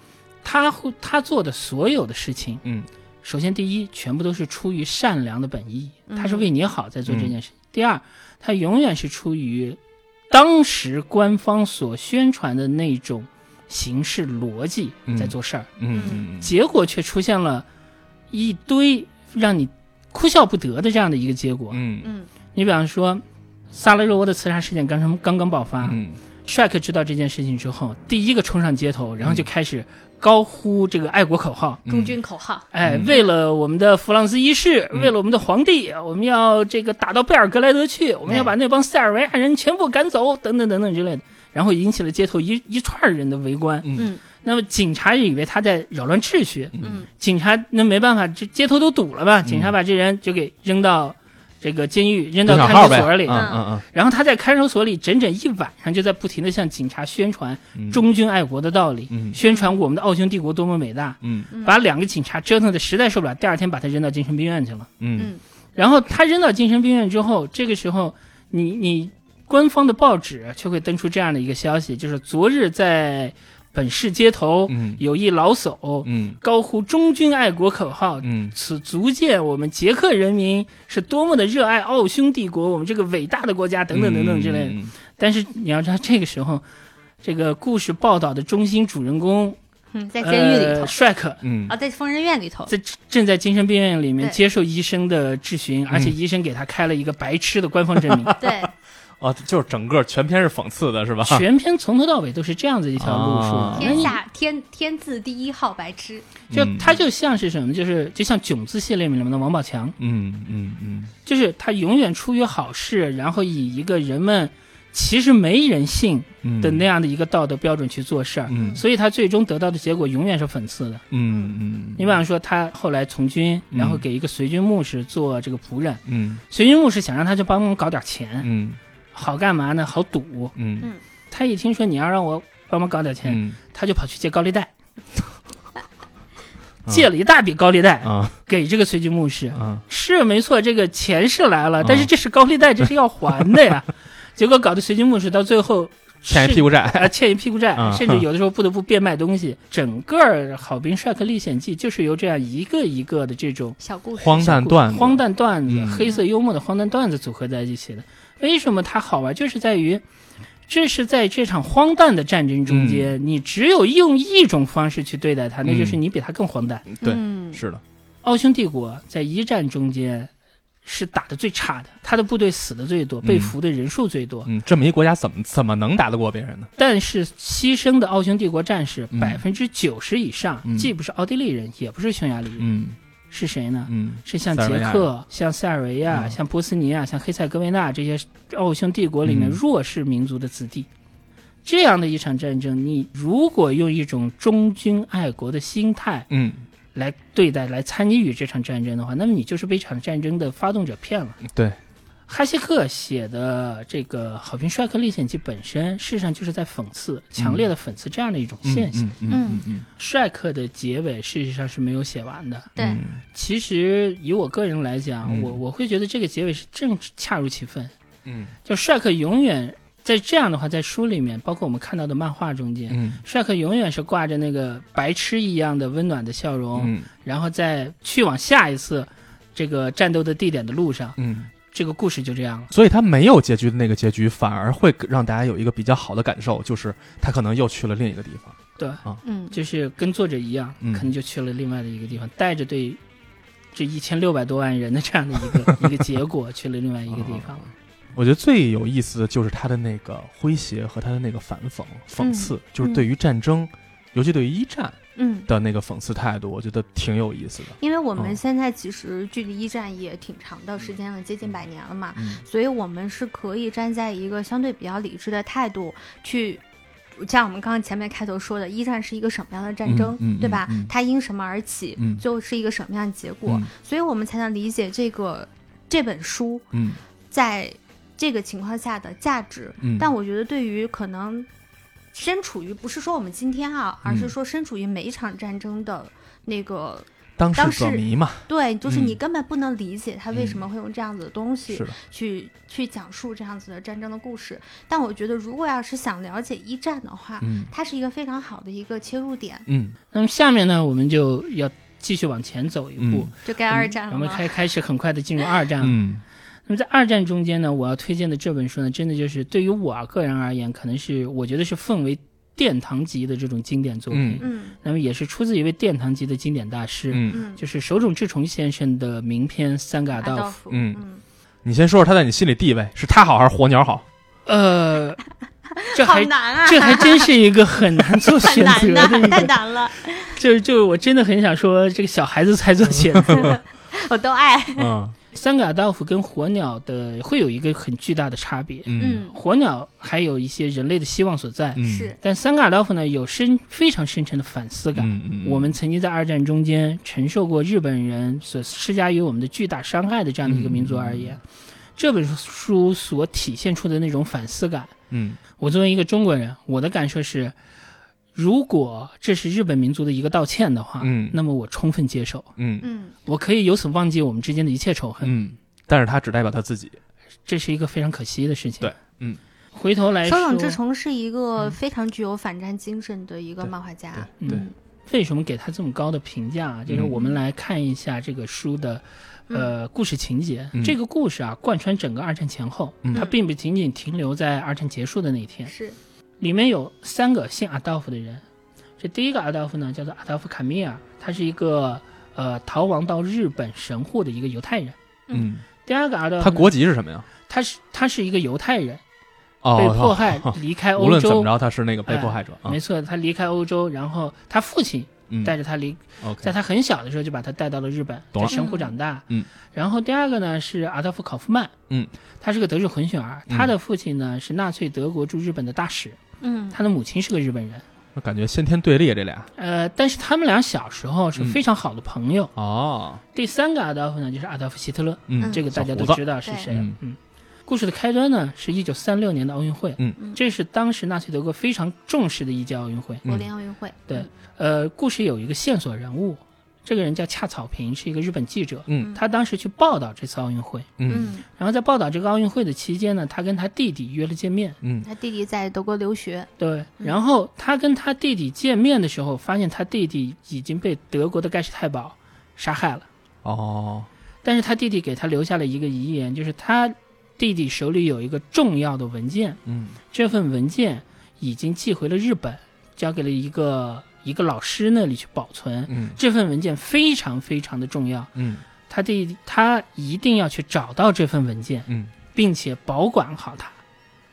C: 他会他做的所有的事情，
B: 嗯，
C: 首先第一，全部都是出于善良的本意，
A: 嗯
C: 他是为你好在做这件事。第二，他永远是出于当时官方所宣传的那种形式逻辑在做事儿，
B: 嗯嗯
C: 结果却出现了一堆让你哭笑不得的这样的一个结果。
B: 嗯
A: 嗯
C: 你比方说，萨拉热窝的刺杀事件刚刚刚刚爆发，
B: 嗯
C: 帅克知道这件事情之后，第一个冲上街头，然
B: 嗯
C: 后就开始高呼这个爱国口号。
A: 忠军口号，
C: 哎，
B: 嗯
C: 为了我们的弗朗斯一世，
B: 嗯
C: 为了我们的皇帝，我们要这个打到贝尔格莱德去，我们
B: 哎
C: 要把那帮塞尔维亚人全部赶走，等等等等之类的，然后引起了街头一一串人的围观。
B: 嗯
A: 嗯
C: 那么警察也以为他在扰乱秩序，
A: 嗯
C: 警察那没办法，这街头都堵了
B: 嗯
C: 吧？警察把这人就给扔到这个监狱，扔到
B: 小
C: 看
B: 号
C: 守
B: 呗，
C: 所里。
B: 嗯嗯
C: 然后他在看守所里整整一晚上，就在不停的向警察宣传
B: 嗯，
C: 忠君爱国的道理，
B: 嗯
C: 宣传我们的奥匈帝国多么伟大。
B: 嗯
A: 嗯
C: 把两个警察折腾的实在受不了，第二天把他扔到精神病院去了。
B: 嗯
C: 然后他扔到精神病院之后，这个时候你你官方的报纸啊却会登出这样的一个消息，就是昨日在本市街头
B: 嗯
C: 有一老叟
B: 嗯
C: 高呼忠君爱国口号。
B: 嗯
C: 此足见我们捷克人民是多么的热爱奥匈帝国，我们这个伟大的国家等等等等之类的。
B: 的，
C: 但是你要知道，这个时候，这个故事报道的中心主人公
A: 嗯，在监狱里头
C: 呃、帅克
B: 嗯
A: 啊，在疯人院里 头，
C: 在正在精神病院里面
A: 对
C: 接受医生的质询，而且
B: 嗯
C: 医生给他开了一个白痴的官方证明。
A: 对，
B: 啊，就是整个全篇是讽刺的，是吧？
C: 全篇从头到尾都是这样子一条路数，
B: 啊
C: 那
A: 天
C: 你
A: 下天天字第一号白痴，
C: 就
B: 嗯
C: 他就像是什么，就是就像囧字系列里面的王宝强，
B: 嗯嗯嗯
C: 就是他永远出于好事，然后以一个人们其实没人性
B: 嗯
C: 的那样的一个道德标准去做事儿，
B: 嗯
C: 所以他最终得到的结果永远是讽刺的。
B: 嗯嗯
C: 你比方说，他后来从军，
B: 嗯
C: 然后给一个随军牧师做这个仆人，
B: 嗯
C: 随军牧师想让他去帮忙搞点钱，
B: 嗯
C: 好干嘛呢？好赌。
B: 嗯
C: 他一听说你要让我帮忙搞点钱，
B: 嗯
C: 他就跑去借高 利贷，借了一大笔高利贷、
B: 啊
C: 给这个随军牧师。
B: 啊
C: 是没错，这个钱是来了，
B: 嗯
C: 但是这是高利贷，这是要还 的呀。结果搞得随军牧师到最后
B: 欠一屁
C: 股
B: 股债，
C: 啊，欠一屁股债，
B: 嗯
C: 甚至有的时候不得不变卖东西。整个《好兵帅克历险记》就是由这样一个一个的这种
A: 小故事，
B: 荒诞段子，
C: 荒诞段子、
B: 嗯
C: 黑色幽默的荒诞段子组合在一起的。为什么它好玩？就是在于，这是在这场荒诞的战争中间，
B: 嗯
C: 你只有用一种方式去对待它，那就是你比它更荒诞。
B: 对，
A: 嗯
B: 是的，
C: 奥匈帝国在一战中间是打得最差的，他的部队死的最多，
B: 嗯
C: 被俘的人数最多，
B: 嗯，这么一国家怎么怎么能打得过别人呢？
C: 但是牺牲的奥匈帝国战士
B: 嗯
C: 百分之九十以上，
B: 嗯
C: 既不是奥地利人，也不是匈牙利人，
B: 嗯
C: 是谁呢？
B: 嗯
C: 是像
B: 塞尔维
C: 捷
B: 亚
C: 克、像塞尔维亚、
B: 嗯
C: 像波斯尼亚、像黑塞哥维那这些奥匈帝国里面
B: 嗯
C: 弱势民族的子弟。这样的一场战争，你如果用一种忠君爱国的心态
B: 嗯，
C: 来对待、来参与这场战争的话，那么你就是被这场战争的发动者骗了。
B: 对，
C: 哈希克写的这个《好评帅克历险记》本身，事实上就是在讽刺，强烈的讽刺这样的一种现象。
B: 嗯嗯
C: 帅克的结尾事实上是没有写完的，
A: 对，
C: 其实以我个人来讲，
B: 嗯
C: 我我会觉得这个结尾是正恰如其分。
B: 嗯
C: 就帅克永远在这样的话，在书里面，包括我们看到的漫画中间，
B: 嗯
C: 帅克永远是挂着那个白痴一样的温暖的笑容，
B: 嗯
C: 然后在去往下一次这个战斗的地点的路上，
B: 嗯。
C: 这个故事就这样了。
B: 所以他没有结局的那个结局，反而会让大家有一个比较好的感受，就是他可能又去了另一个地方。
C: 对，
A: 嗯
C: 就是跟作者一样，
B: 嗯
C: 可能就去了另外的一个地方，带着对这一千六百多万人的这样的一个 一个结果去了另外一个地方。
B: 我觉得最有意思的就是他的那个诙谐和他的那个反讽、讽刺，就是对于战争，尤其对于一战
A: 嗯，
B: 的那个讽刺态度，我觉得挺有意思的。
A: 因为我们
B: 嗯
A: 现在其实距离一战也挺长的时间了，接近百年了嘛，
B: 嗯
A: 所以我们是可以站在一个相对比较理智的态度去。像我们刚刚前面开头说的，一战是一个什么样的战争，
B: 嗯嗯
A: 对吧？
B: 嗯嗯
A: 它因什么而起，
B: 嗯
A: 最后是一个什么样的结果，
B: 嗯
A: 所以我们才能理解这个这本书
B: 嗯
A: 在这个情况下的价值。
B: 嗯
A: 但我觉得，对于可能身处于不是说我们今天啊，而是
B: 嗯
A: 说身处于每一场战争的那个，
B: 当时
A: 当时
B: 者迷嘛，
A: 对，就是
B: 嗯
A: 你根本不能理解他为什么会用这样子的东西
B: 是的，
A: 去、去讲述这样子的战争的故事。但我觉得，如果要是想了解一战的话，
B: 嗯
A: 它是一个非常好的一个切入点。
B: 嗯
C: 那么下面呢，我们就要继续往前走一步
B: 嗯，
A: 就该
C: 我们
A: 二战了
C: 嗯我们
A: 吗？
C: 开开始很快的进入二战了。
B: 嗯
C: 那么在二战中间呢，我要推荐的这本书呢，真的就是对于我个人而言，可能是我觉得是奉为殿堂级的这种经典作品。
A: 嗯
C: 那么也是出自一位殿堂级的经典大师，
B: 嗯，
A: 嗯，
C: 就是手冢治虫先生的名篇《三个阿
A: 阿
C: 道夫》。
A: 道夫，
B: 嗯
A: 嗯，
B: 你先说说他在你心里地位，是他好还是火鸟 好？
C: 呃，这
A: 好
C: 还
A: 难啊，
C: 这还真是一个很难做
A: 很
C: 选择
A: 难
C: 的一
A: 的，太
C: 个，
A: 难啊了，
C: 就是就是我真的很想说，这个小孩子才做选择。
A: 我都爱，
B: 嗯
C: 三个阿道夫跟火鸟的会有一个很巨大的差别，
B: 嗯
A: 嗯，
C: 火鸟还有一些人类的希望所在，
B: 嗯，
A: 是，
C: 但三个阿道夫呢有深非常深沉的反思感。
B: 嗯嗯，
C: 我们曾经在二战中间承受过日本人所施加于我们的巨大伤害的这样的一个民族
B: 嗯
C: 而言，这本书所体现出的那种反思感，
B: 嗯
C: 我作为一个中国人，我的感受是，如果这是日本民族的一个道歉的话，
B: 嗯
C: 那么我充分接受，
B: 嗯
A: 嗯
C: 我可以由此忘记我们之间的一切仇恨，
B: 嗯，但是他只代表他自己。
C: 这是一个非常可惜的事情。
B: 对，嗯，
C: 回头来
A: 手
C: 说，
A: 冢治虫是一个
C: 嗯
A: 非常具有反战精神的一个漫画
C: 啊
A: 家，
B: 对对
A: 嗯
C: 为什么给他这么高的评价啊？就是
B: 嗯
C: 我们来看一下这个书的。
A: 嗯
C: 呃，故事情节，
B: 嗯
C: 这个故事啊，贯穿整个二战前后，
B: 嗯
C: 它并不仅仅停留在二战结束的那一
A: 嗯
C: 天。
A: 是，
C: 里面有三个姓阿道夫的人。这第一个阿道夫呢，叫做阿道夫·卡米尔，他是一个呃逃亡到日本神户的一个犹太人。
B: 嗯，
C: 第二个阿道夫呢，
B: 他国籍是什么呀？
C: 他是他是一个犹太人，
B: 哦，
C: 被迫害、离开
B: 无
C: 欧
B: 论怎么
C: 洲。
B: 着，他是那个被迫害者啊
C: 没。错，他离开欧洲，然后他父亲
B: 嗯
C: 带着他离，在
B: ，OK，
C: 他很小的时候就把他带到了日本，
B: 懂
C: 在
B: 了
C: 神户长大。
B: 嗯，
C: 然后第二个呢是阿道夫·考夫曼，
B: 嗯，
C: 他是个德式混血儿，
B: 嗯
C: 他的父亲呢是纳粹德国驻日本的大使，
A: 嗯
C: 他的母亲是个日本人。
B: 那感觉先天对立这俩。
C: 呃，但是他们俩小时候是非常好的朋友。
B: 哦，
C: 第三个阿道夫呢，就是阿道夫·希特勒，
B: 嗯，
C: 这个大家都
B: 小胡子
C: 知道是谁
B: 对
C: 了
B: 嗯。
C: 嗯，故事的开端呢是一九三六年的奥运会，
B: 嗯
A: 嗯
C: 这是当时纳粹德国非常重视的一届奥运会。
B: 嗯
A: 柏林奥运会，嗯
C: 对，呃，故事有一个线索人物，这个人叫恰草平，是一个日本记者，
B: 嗯
C: 他当时去报道这次奥运会。
B: 嗯
A: 嗯，
C: 然后在报道这个奥运会的期间呢，他跟他弟弟约了见面。
B: 嗯
A: 他弟弟在德国留学，
C: 对，然后他跟他弟弟见面的时候，发现他弟弟已经被德国的盖世太保杀害了。
B: 哦，
C: 但是他弟弟给他留下了一个遗言，就是他弟弟手里有一个重要的文件，
B: 嗯
C: 这份文件已经寄回了日本，交给了一个一个老师那里去保存。
B: 嗯
C: 这份文件非常非常的重要，
B: 嗯
C: 他弟弟他一定要去找到这份文件，
B: 嗯，
C: 并且保管好它。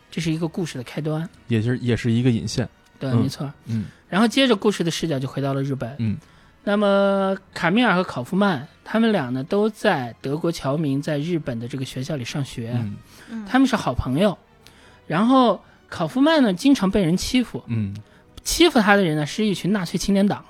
C: 这是一个故事的开端，
B: 也是也是一个引线。
C: 对，
B: 嗯
C: 没错。
B: 嗯
C: 然后接着故事的视角就回到了日本。
B: 嗯，
C: 那么卡米尔和考夫曼他们俩呢，都在德国侨民在日本的这个学校里上学，
B: 嗯
A: 嗯，
C: 他们是好朋友。然后考夫曼呢，经常被人欺负，
B: 嗯，
C: 欺负他的人呢是一群纳粹青年党，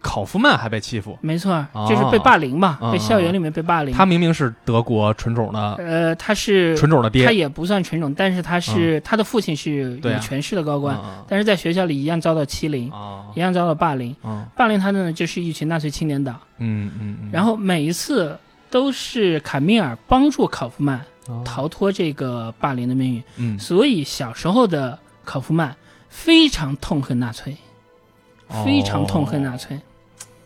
B: 考夫曼还被欺负，
C: 没错
B: 哦，
C: 就是被霸凌嘛，
B: 嗯
C: 被校园里面被霸凌。
B: 他明明是德国纯种的
C: 呃，他是
B: 纯种的爹嗯
C: 他，也不算纯种，但是他是、他的父亲是
B: 对啊
C: 有权势的高官，
B: 啊
C: 但是在学校里一样遭到欺凌，
B: 啊
C: 一样遭到霸凌。
B: 啊
C: 霸凌他的呢，就是一群纳粹青年党。
B: 嗯嗯嗯，
C: 然后每一次都是卡米尔帮助考夫曼
B: 哦
C: 逃脱这个霸凌的命运，
B: 嗯
C: 所以小时候的考夫曼非常痛恨纳粹，
B: 哦
C: 非常痛恨纳粹。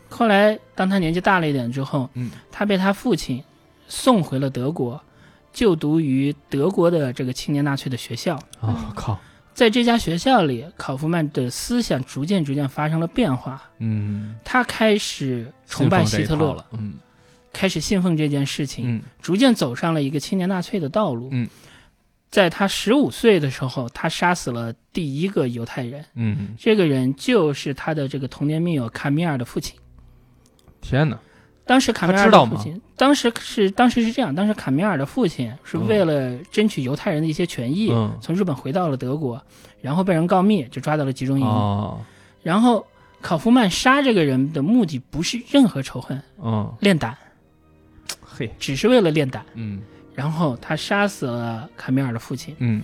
C: 后来当他年纪大了一点之后，
B: 嗯
C: 他被他父亲送回了德国，就读于德国的这个青年纳粹的学校。嗯
B: 啊靠
C: 在这家学校里，考夫曼的思想逐渐逐渐发生了变化，
B: 嗯
C: 他开始崇拜希特勒
B: 了，嗯
C: 开始信奉这件事情。
B: 嗯
C: 逐渐走上了一个青年纳粹的道路。
B: 嗯，
C: 在他十五岁的时候，他杀死了第一个犹太人，
B: 嗯，
C: 这个人就是他的这个童年密友卡米尔的父亲。
B: 天哪，
C: 当时卡米
B: 他
C: 尔
B: 知道
C: 的
B: 吗
C: 父亲，当时是当时是这样，当时卡米尔的父亲是为了争取犹太人的一些权益，
B: 嗯
C: 从日本回到了德国，然后被人告密，就抓到了集中营。
B: 哦
C: 然后考夫曼杀这个人的目的不是任何仇恨，
B: 嗯
C: 练胆，
B: 嘿
C: 只是为了练胆。
B: 嗯
C: 然后他杀死了卡米尔的父亲。
B: 嗯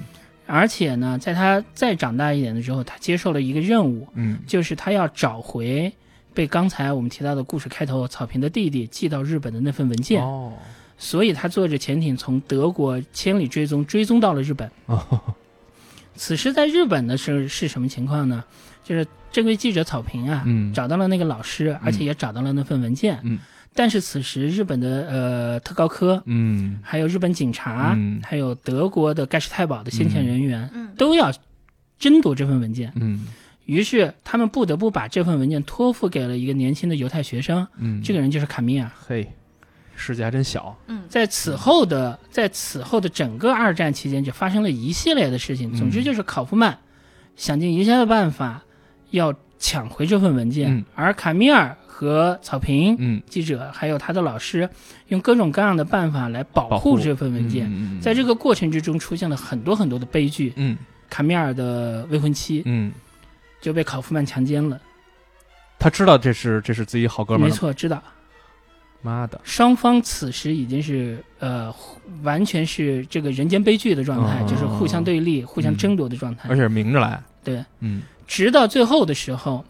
C: 而且呢，在他再长大一点的时候，他接受了一个任务，
B: 嗯
C: 就是他要找回被刚才我们提到的故事开头草坪的弟弟寄到日本的那份文件。
B: 哦
C: 所以他坐着潜艇从德国千里追踪，追踪到了日本。
B: 哦
C: 此时在日本的是是什么情况呢？就是这位记者草坪啊，
B: 嗯
C: 找到了那个老师，而且也找到了那份文件。
B: 嗯
C: 但是此时日本的呃特高科，
B: 嗯
C: 还有日本警察，
B: 嗯
C: 还有德国的盖世太保的先遣人员，
A: 嗯
C: 都要争夺这份文件。
B: 嗯
C: 于是他们不得不把这份文件托付给了一个年轻的犹太学生，
B: 嗯，
C: 这个人就是卡米亚。
B: 嘿，世界还真小，
A: 嗯
C: 在此后的，在此后的整个二战期间，就发生了一系列的事情。
B: 嗯
C: 总之就是考夫曼想尽一切的办法要抢回这份文件，
B: 嗯
C: 而卡米尔和草坪
B: 嗯，
C: 记者还有他的老师用各种各样的办法来保
B: 保护
C: 护这份文件。
B: 嗯，
C: 在这个过程之中，出现了很多很多的悲剧。
B: 嗯
C: 卡米尔的未婚妻
B: 嗯，
C: 就被考夫曼强奸了，
B: 他知道这是这是自己好哥们
C: 没
B: 儿了，
C: 错，知道。
B: 妈的，
C: 双方此时已经是呃，互完全是这个人间悲剧的状态，
B: 哦嗯
C: 就是互相对立、互相争夺的状态。
B: 而且是明着来，
C: 对，
B: 嗯
C: 直到最后的时候，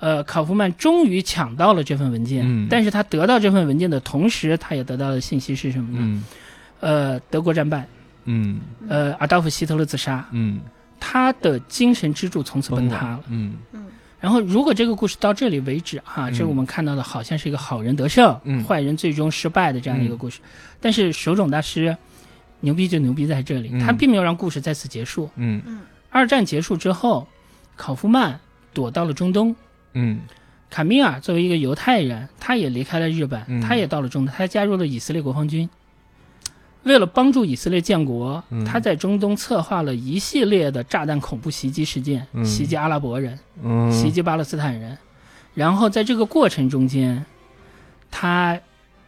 C: 呃，考夫曼终于抢到了这份文件，
B: 嗯
C: 但是他得到这份文件的同时，他也得到的信息是什么呢？
B: 嗯
C: 呃，德国战败，
B: 嗯
C: 呃，阿道夫·希特勒自杀，
B: 嗯，
C: 他的精神支柱从此崩塌了。
B: 嗯
A: 嗯
C: 然后，如果这个故事到这里为止哈、
B: 嗯
C: 这我们看到的好像是一个好人得胜，
B: 嗯
C: 坏人最终失败的这样的一个故事。但是手冢大师牛逼就牛逼在这里，
B: 嗯
C: 他并没有让故事在此结束。
B: 嗯
A: 嗯
C: 二战结束之后，考夫曼躲到了中东，
B: 嗯
C: 卡米尔作为一个犹太人，他也离开了日本，
B: 嗯
C: 他也到了中东，他加入了以色列国防军。为了帮助以色列建国，
B: 嗯
C: 他在中东策划了一系列的炸弹恐怖袭击事件，
B: 嗯
C: 袭击阿拉伯人，
B: 嗯，
C: 袭击巴勒斯坦人。然后在这个过程中间，他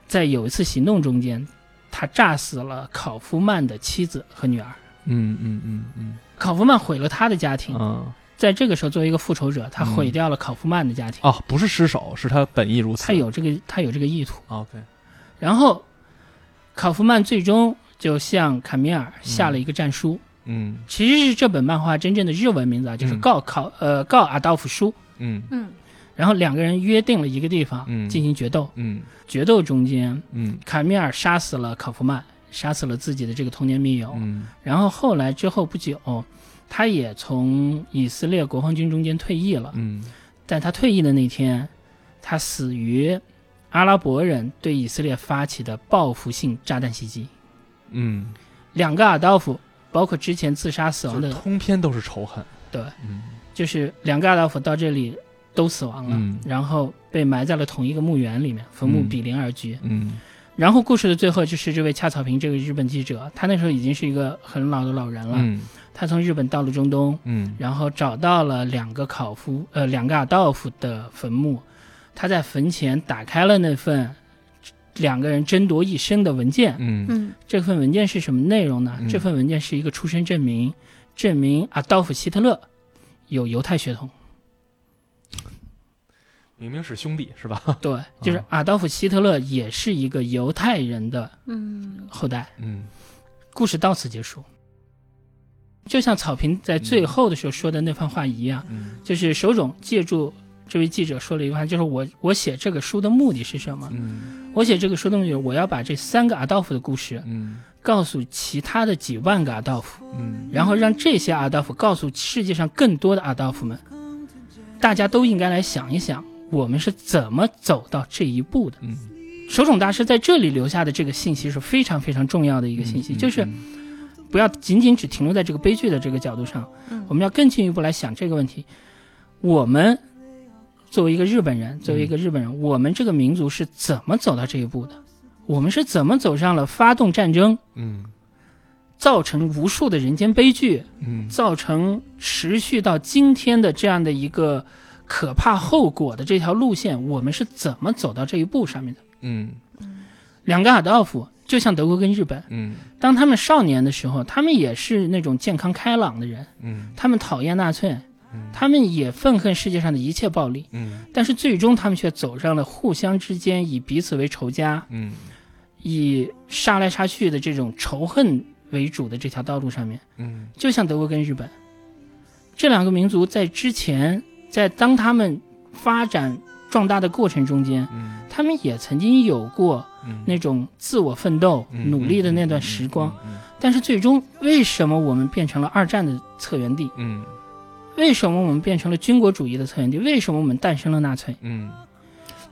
C: 在有一次行动中间，他炸死了考夫曼的妻子和女儿。
B: 嗯嗯嗯嗯
C: 考夫曼毁了他的家庭，
B: 嗯，
C: 在这个时候，作为一个复仇者，他
B: 嗯
C: 毁掉了考夫曼的家庭。
B: 哦，不是失手，是他本意如此，
C: 他有这个，他有这个意图。
B: OK，
C: 然后，考夫曼最终就向卡米尔下了一个战书，
B: 嗯
C: 其实是这本漫画真正的日文名字啊，就是
B: 嗯
C: 告考呃告阿道夫书。
B: 嗯
A: 嗯
C: 然后两个人约定了一个地方
B: 嗯
C: 进行决斗，
B: 嗯
C: 决斗中间，
B: 嗯
C: 卡米尔杀死了考夫曼，杀死了自己的这个童年密友。
B: 嗯
C: 然后后来之后不久，他也从以色列国防军中间退役了。
B: 嗯
C: 但他退役的那天，他死于阿拉伯人对以色列发起的报复性炸弹袭击。
B: 嗯，
C: 两个阿道夫，包括之前自杀死亡
B: 就是
C: 的，
B: 通篇都是仇恨，
C: 对，
B: 嗯
C: 就是两个阿道夫到这里都死亡了，
B: 嗯
C: 然后被埋在了同一个墓园里面，坟墓
B: 嗯
C: 比邻而居。
B: 嗯
C: 然后故事的最后就是这位恰草坪这个日本记者，他那时候已经是一个很老的老人了，
B: 嗯
C: 他从日本到了中东，
B: 嗯
C: 然后找到了两个考夫呃两个阿道夫的坟墓，他在坟前打开了那份两个人争夺一生的文件。
B: 嗯
A: 嗯
C: 这份文件是什么内容呢？
B: 嗯
C: 这份文件是一个出生证明，证明阿道夫希特勒有犹太血 统。
B: 明明是兄弟是吧？
C: 对，就是
B: 哦
C: 阿道夫希特勒也是一个犹太人的
A: 嗯
C: 后代。
B: 嗯
C: 故事到此结束。就像草坪在最后的时候说的那番话一样，
B: 嗯
C: 就是手冢借助这位记者说了一句话，就是我我写这个书的目的是什么？
B: 嗯
C: 我写这个书的目的，我要把这三个阿道夫的故事
B: 嗯
C: 告诉其他的几万个阿道夫，
B: 嗯
C: 然后让这些阿道夫告诉世界上更多的阿道夫们，大家都应该来想一想，我们是怎么走到这一步的。
B: 嗯，
C: 手冢大师在这里留下的这个信息是非常非常重要的一
B: 一
C: 个信息，
B: 嗯
C: 就是不要仅仅只停留在这个悲剧的这个角度上，
A: 嗯
C: 我们要更进一步来想这个问题。我们作为一个日本人，作为一个日本人，我们这个民族是怎么走到这一步的？我们是怎么走上了发动战争，
B: 嗯
C: 造成无数的人间悲剧，
B: 嗯
C: 造成持续到今天的这样的一个可怕后果的这条路线，我们是怎么走到这一步上面的？
B: 嗯
C: 两个阿道夫就像德国跟日本，
B: 嗯
C: 当他们少年的时候，他们也是那种健康开朗的人。
B: 嗯
C: 他们讨厌纳粹
B: 嗯，
C: 他们也愤恨世界上的一切暴力，
B: 嗯
C: 但是最终他们却走上了互相之间以彼此为仇家、
B: 嗯
C: 以杀来杀去的这种仇恨为主的这条道路上面。
B: 嗯
C: 就像德国跟日本这两个民族，在之前，在当他们发展壮大的过程中间，
B: 嗯
C: 他们也曾经有过
B: 嗯
C: 那种自我奋斗、努力的那段时光，，但是最终为什么我们变成了二战的策源地？
B: 嗯
C: 为什么我们变成了军国主义的策源地？为什么我们诞生了纳粹？
B: 嗯，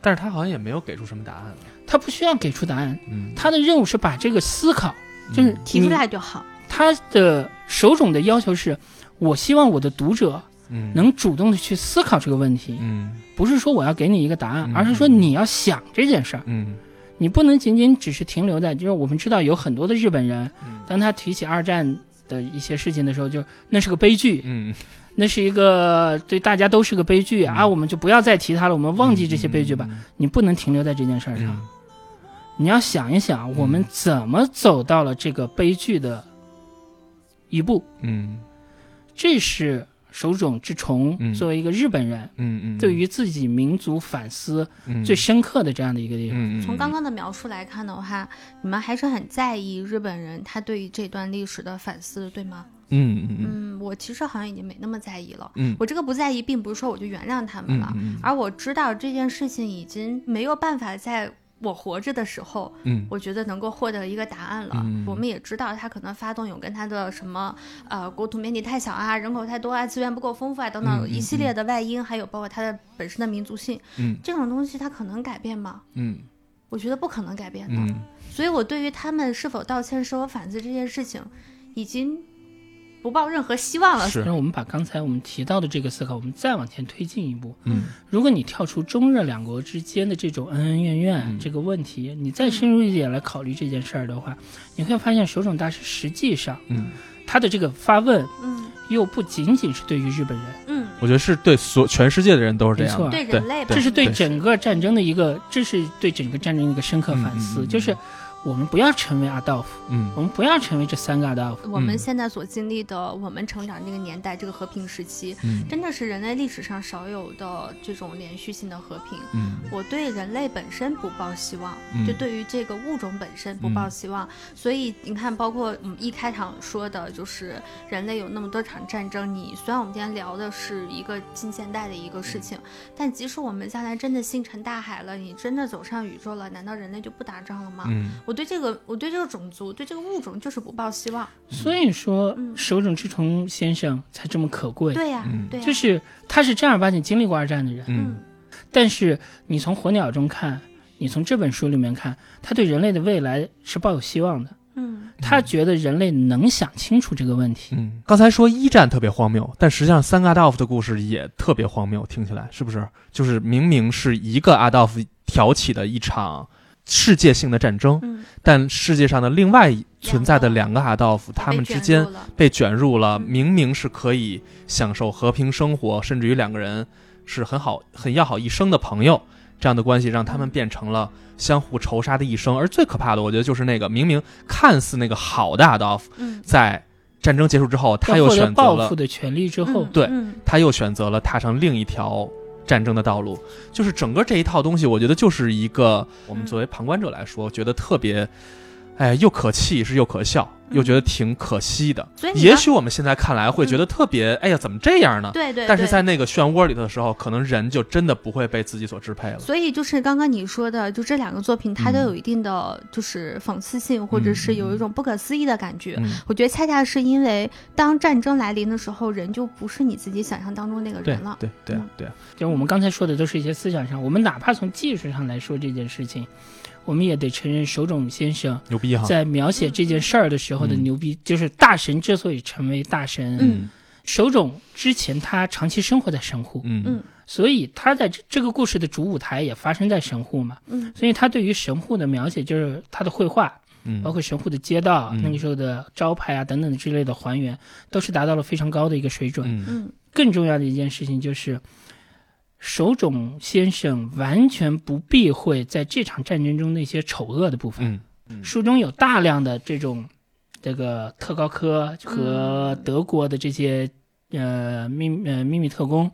B: 但是他好像也没有给出什么答案。
C: 他不需要给出答案，
B: 嗯，
C: 他的任务是把这个思考，就是
A: 提出来就好。
C: 他的手冢的要求是，我希望我的读者
B: 嗯
C: 能主动的去思考这个问题，
B: 嗯
C: 不是说我要给你一个答案，
B: 嗯
C: 而是说你要想这件事儿，
B: 嗯
C: 你不能仅仅只是停留在，就是我们知道有很多的日本人
B: 嗯，
C: 当他提起二战的一些事情的时候，就那是个悲剧，
B: 嗯
C: 那是一个对大家都是个悲剧啊，
B: 嗯
C: 我们就不要再提它了，我们忘记这些悲剧吧。你不能停留在这件事儿上，
B: 嗯
C: 你要想一想，我们怎么走到了这个悲剧的一步，
B: 嗯
C: 这是手冢治虫
B: 嗯
C: 作为一个日本人。
B: 嗯嗯，
C: 对于自己民族反思
B: 嗯
C: 最深刻的这样的一个地方，
B: 嗯嗯
A: 从刚刚的描述来看的话，你们还是很在意日本人他对于这段历史的反思，对吗？
B: 嗯嗯嗯
A: 嗯，我其实好像已经没那么在意了。
B: 嗯
A: 我这个不在意，并不是说我就原谅他们了，
B: 嗯
A: 而我知道这件事情已经没有办法在我活着的时候，
B: 嗯
A: 我觉得能够获得一个答案了。
B: 嗯
A: 我们也知道他可能发动有跟他的什么呃国土面积太小啊、人口太多啊、资源不够丰富啊等等
B: 嗯嗯
A: 一系列的外因，还有包括他的本身的民族性
B: 嗯
A: 这种东西，他可能改变吗？
B: 嗯
A: 我觉得不可能改变的。
B: 嗯
A: 所以我对于他们是否道歉、是否反思这件事情，已经不抱任何希望了。
B: 是
C: 让我们把刚才我们提到的这个思考，我们再往前推进一步。
B: 嗯
C: 如果你跳出中日两国之间的这种恩恩怨怨
B: 嗯
C: 这个问题，你再深入一点来考虑这件事儿的话，你会发现手冢大师实际上
B: 嗯，
C: 他的这个发问
A: 嗯
C: 又不仅仅是对于日本人，
A: 嗯，
B: 我觉得是对所全世界的人都是这样的，
A: 对
B: 啊对
A: 人类吧，
C: 这是对
A: 嗯
C: 整个战争的一个，这是对整个战争的一个深刻反
B: 嗯嗯
C: 思，
B: 嗯
C: 就是我们不要成为阿道夫，
B: 嗯
C: 我们不要成为这三个阿道夫。
A: 我们现在所经历的，我们成长这个年代，这个和平时期，
B: 嗯
A: 真的是人类历史上少有的这种连续性的和平。
B: 嗯
A: 我对人类本身不抱希望，
B: 嗯
A: 就对于这个物种本身不抱希望。所以你看，包括我们一开场说的，就是人类有那么多场战争。你虽然我们今天聊的是一个近现代的一个
B: 嗯
A: 事情，但即使我们将来真的星辰大海了，你真的走上宇宙了，难道人类就不打仗了吗？
B: 嗯
A: 我对这个，我对这个种族，对这个物种就是不抱希望。
C: 所以说
A: 嗯，
C: 手冢治虫先生才这么可贵，
A: 对呀、
B: 嗯
A: 对呀、
C: 就是他是正儿八经经历过二战的人。
B: 嗯
C: 但是你从《火鸟》中看，你从这本书里面看，他对人类的未来是抱有希望的。
A: 嗯
C: 他觉得人类能想清楚这个问题。
B: 嗯，刚才说一战特别荒谬，但实际上三个阿道夫的故事也特别荒谬，听起来是不是？就是明明是一个阿道夫挑起的一场世界性的战争，
A: 嗯，
B: 但世界上的另外存在的两个阿道夫，他们之间
A: 被卷入了
B: 被卷入了，
A: 嗯
B: 明明是可以享受和平生活，甚至于两个人是很好、很要好一生的朋友，这样的关系让他们变成了相互仇杀的一生。而最可怕的，我觉得就是那个明明看似那个好的阿道夫，
A: 嗯，
B: 在战争结束之后，他
C: 要
B: 又
C: 获得
B: 选择
C: 报复
B: 了，
C: 的权利之后，
A: 嗯
B: 对
A: 嗯
B: 他又选择了踏上另一条战争的道路。就是整个这一套东西，我觉得就是一个我们作为旁观者来说，觉得特别，哎，又可气是又可笑，
A: 嗯
B: 又觉得挺可惜的。
A: 所以你
B: 也
A: 刚
B: 许我们现在看来会觉得特别，哎呀，怎么这样呢？
A: 对对，
B: 但是
A: 对
B: 在那个漩涡里头的时候，可能人就真的不会被自己所支配了。
A: 所以就是刚刚你说的，就这两个作品，它都
B: 嗯
A: 有一定的就是讽刺性，或者是有一种不可思议的感觉。
B: 嗯，
A: 我觉得恰恰是因为当战争来临的时候，人就不是你自己想象当中那个
B: 对
A: 人了。
B: 对对啊
A: 嗯
B: 对啊，
C: 就是我们刚才说的都是一些思想上，我们哪怕从技术上来说这件事情，我们也得承认手冢先生
B: 牛逼哈！
C: 在描写这件事儿的时候的
B: 嗯
C: 牛逼，就是大神之所以成为大神，
A: 嗯
C: 手冢之前他长期生活在神户，
B: 嗯
A: 嗯
C: 所以他在这这个故事的主舞台也发生在神户嘛，
A: 嗯
C: 所以他对于神户的描写就是他的绘画，
B: 嗯，
C: 包括神户的街道、
B: 嗯
C: 那个时候的招牌啊等等之类的还原，都是达到了非常高的一个水准。
B: 嗯
A: 嗯
C: 更重要的一件事情就是，手冢先生完全不避讳在这场战争中那些丑恶的部分。
B: 嗯嗯
C: 书中有大量的这种这个特高科和
A: 嗯
C: 德国的这些、呃秘呃秘密特工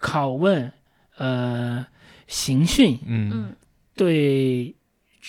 C: 拷问呃刑讯
B: 嗯
A: 嗯
C: 对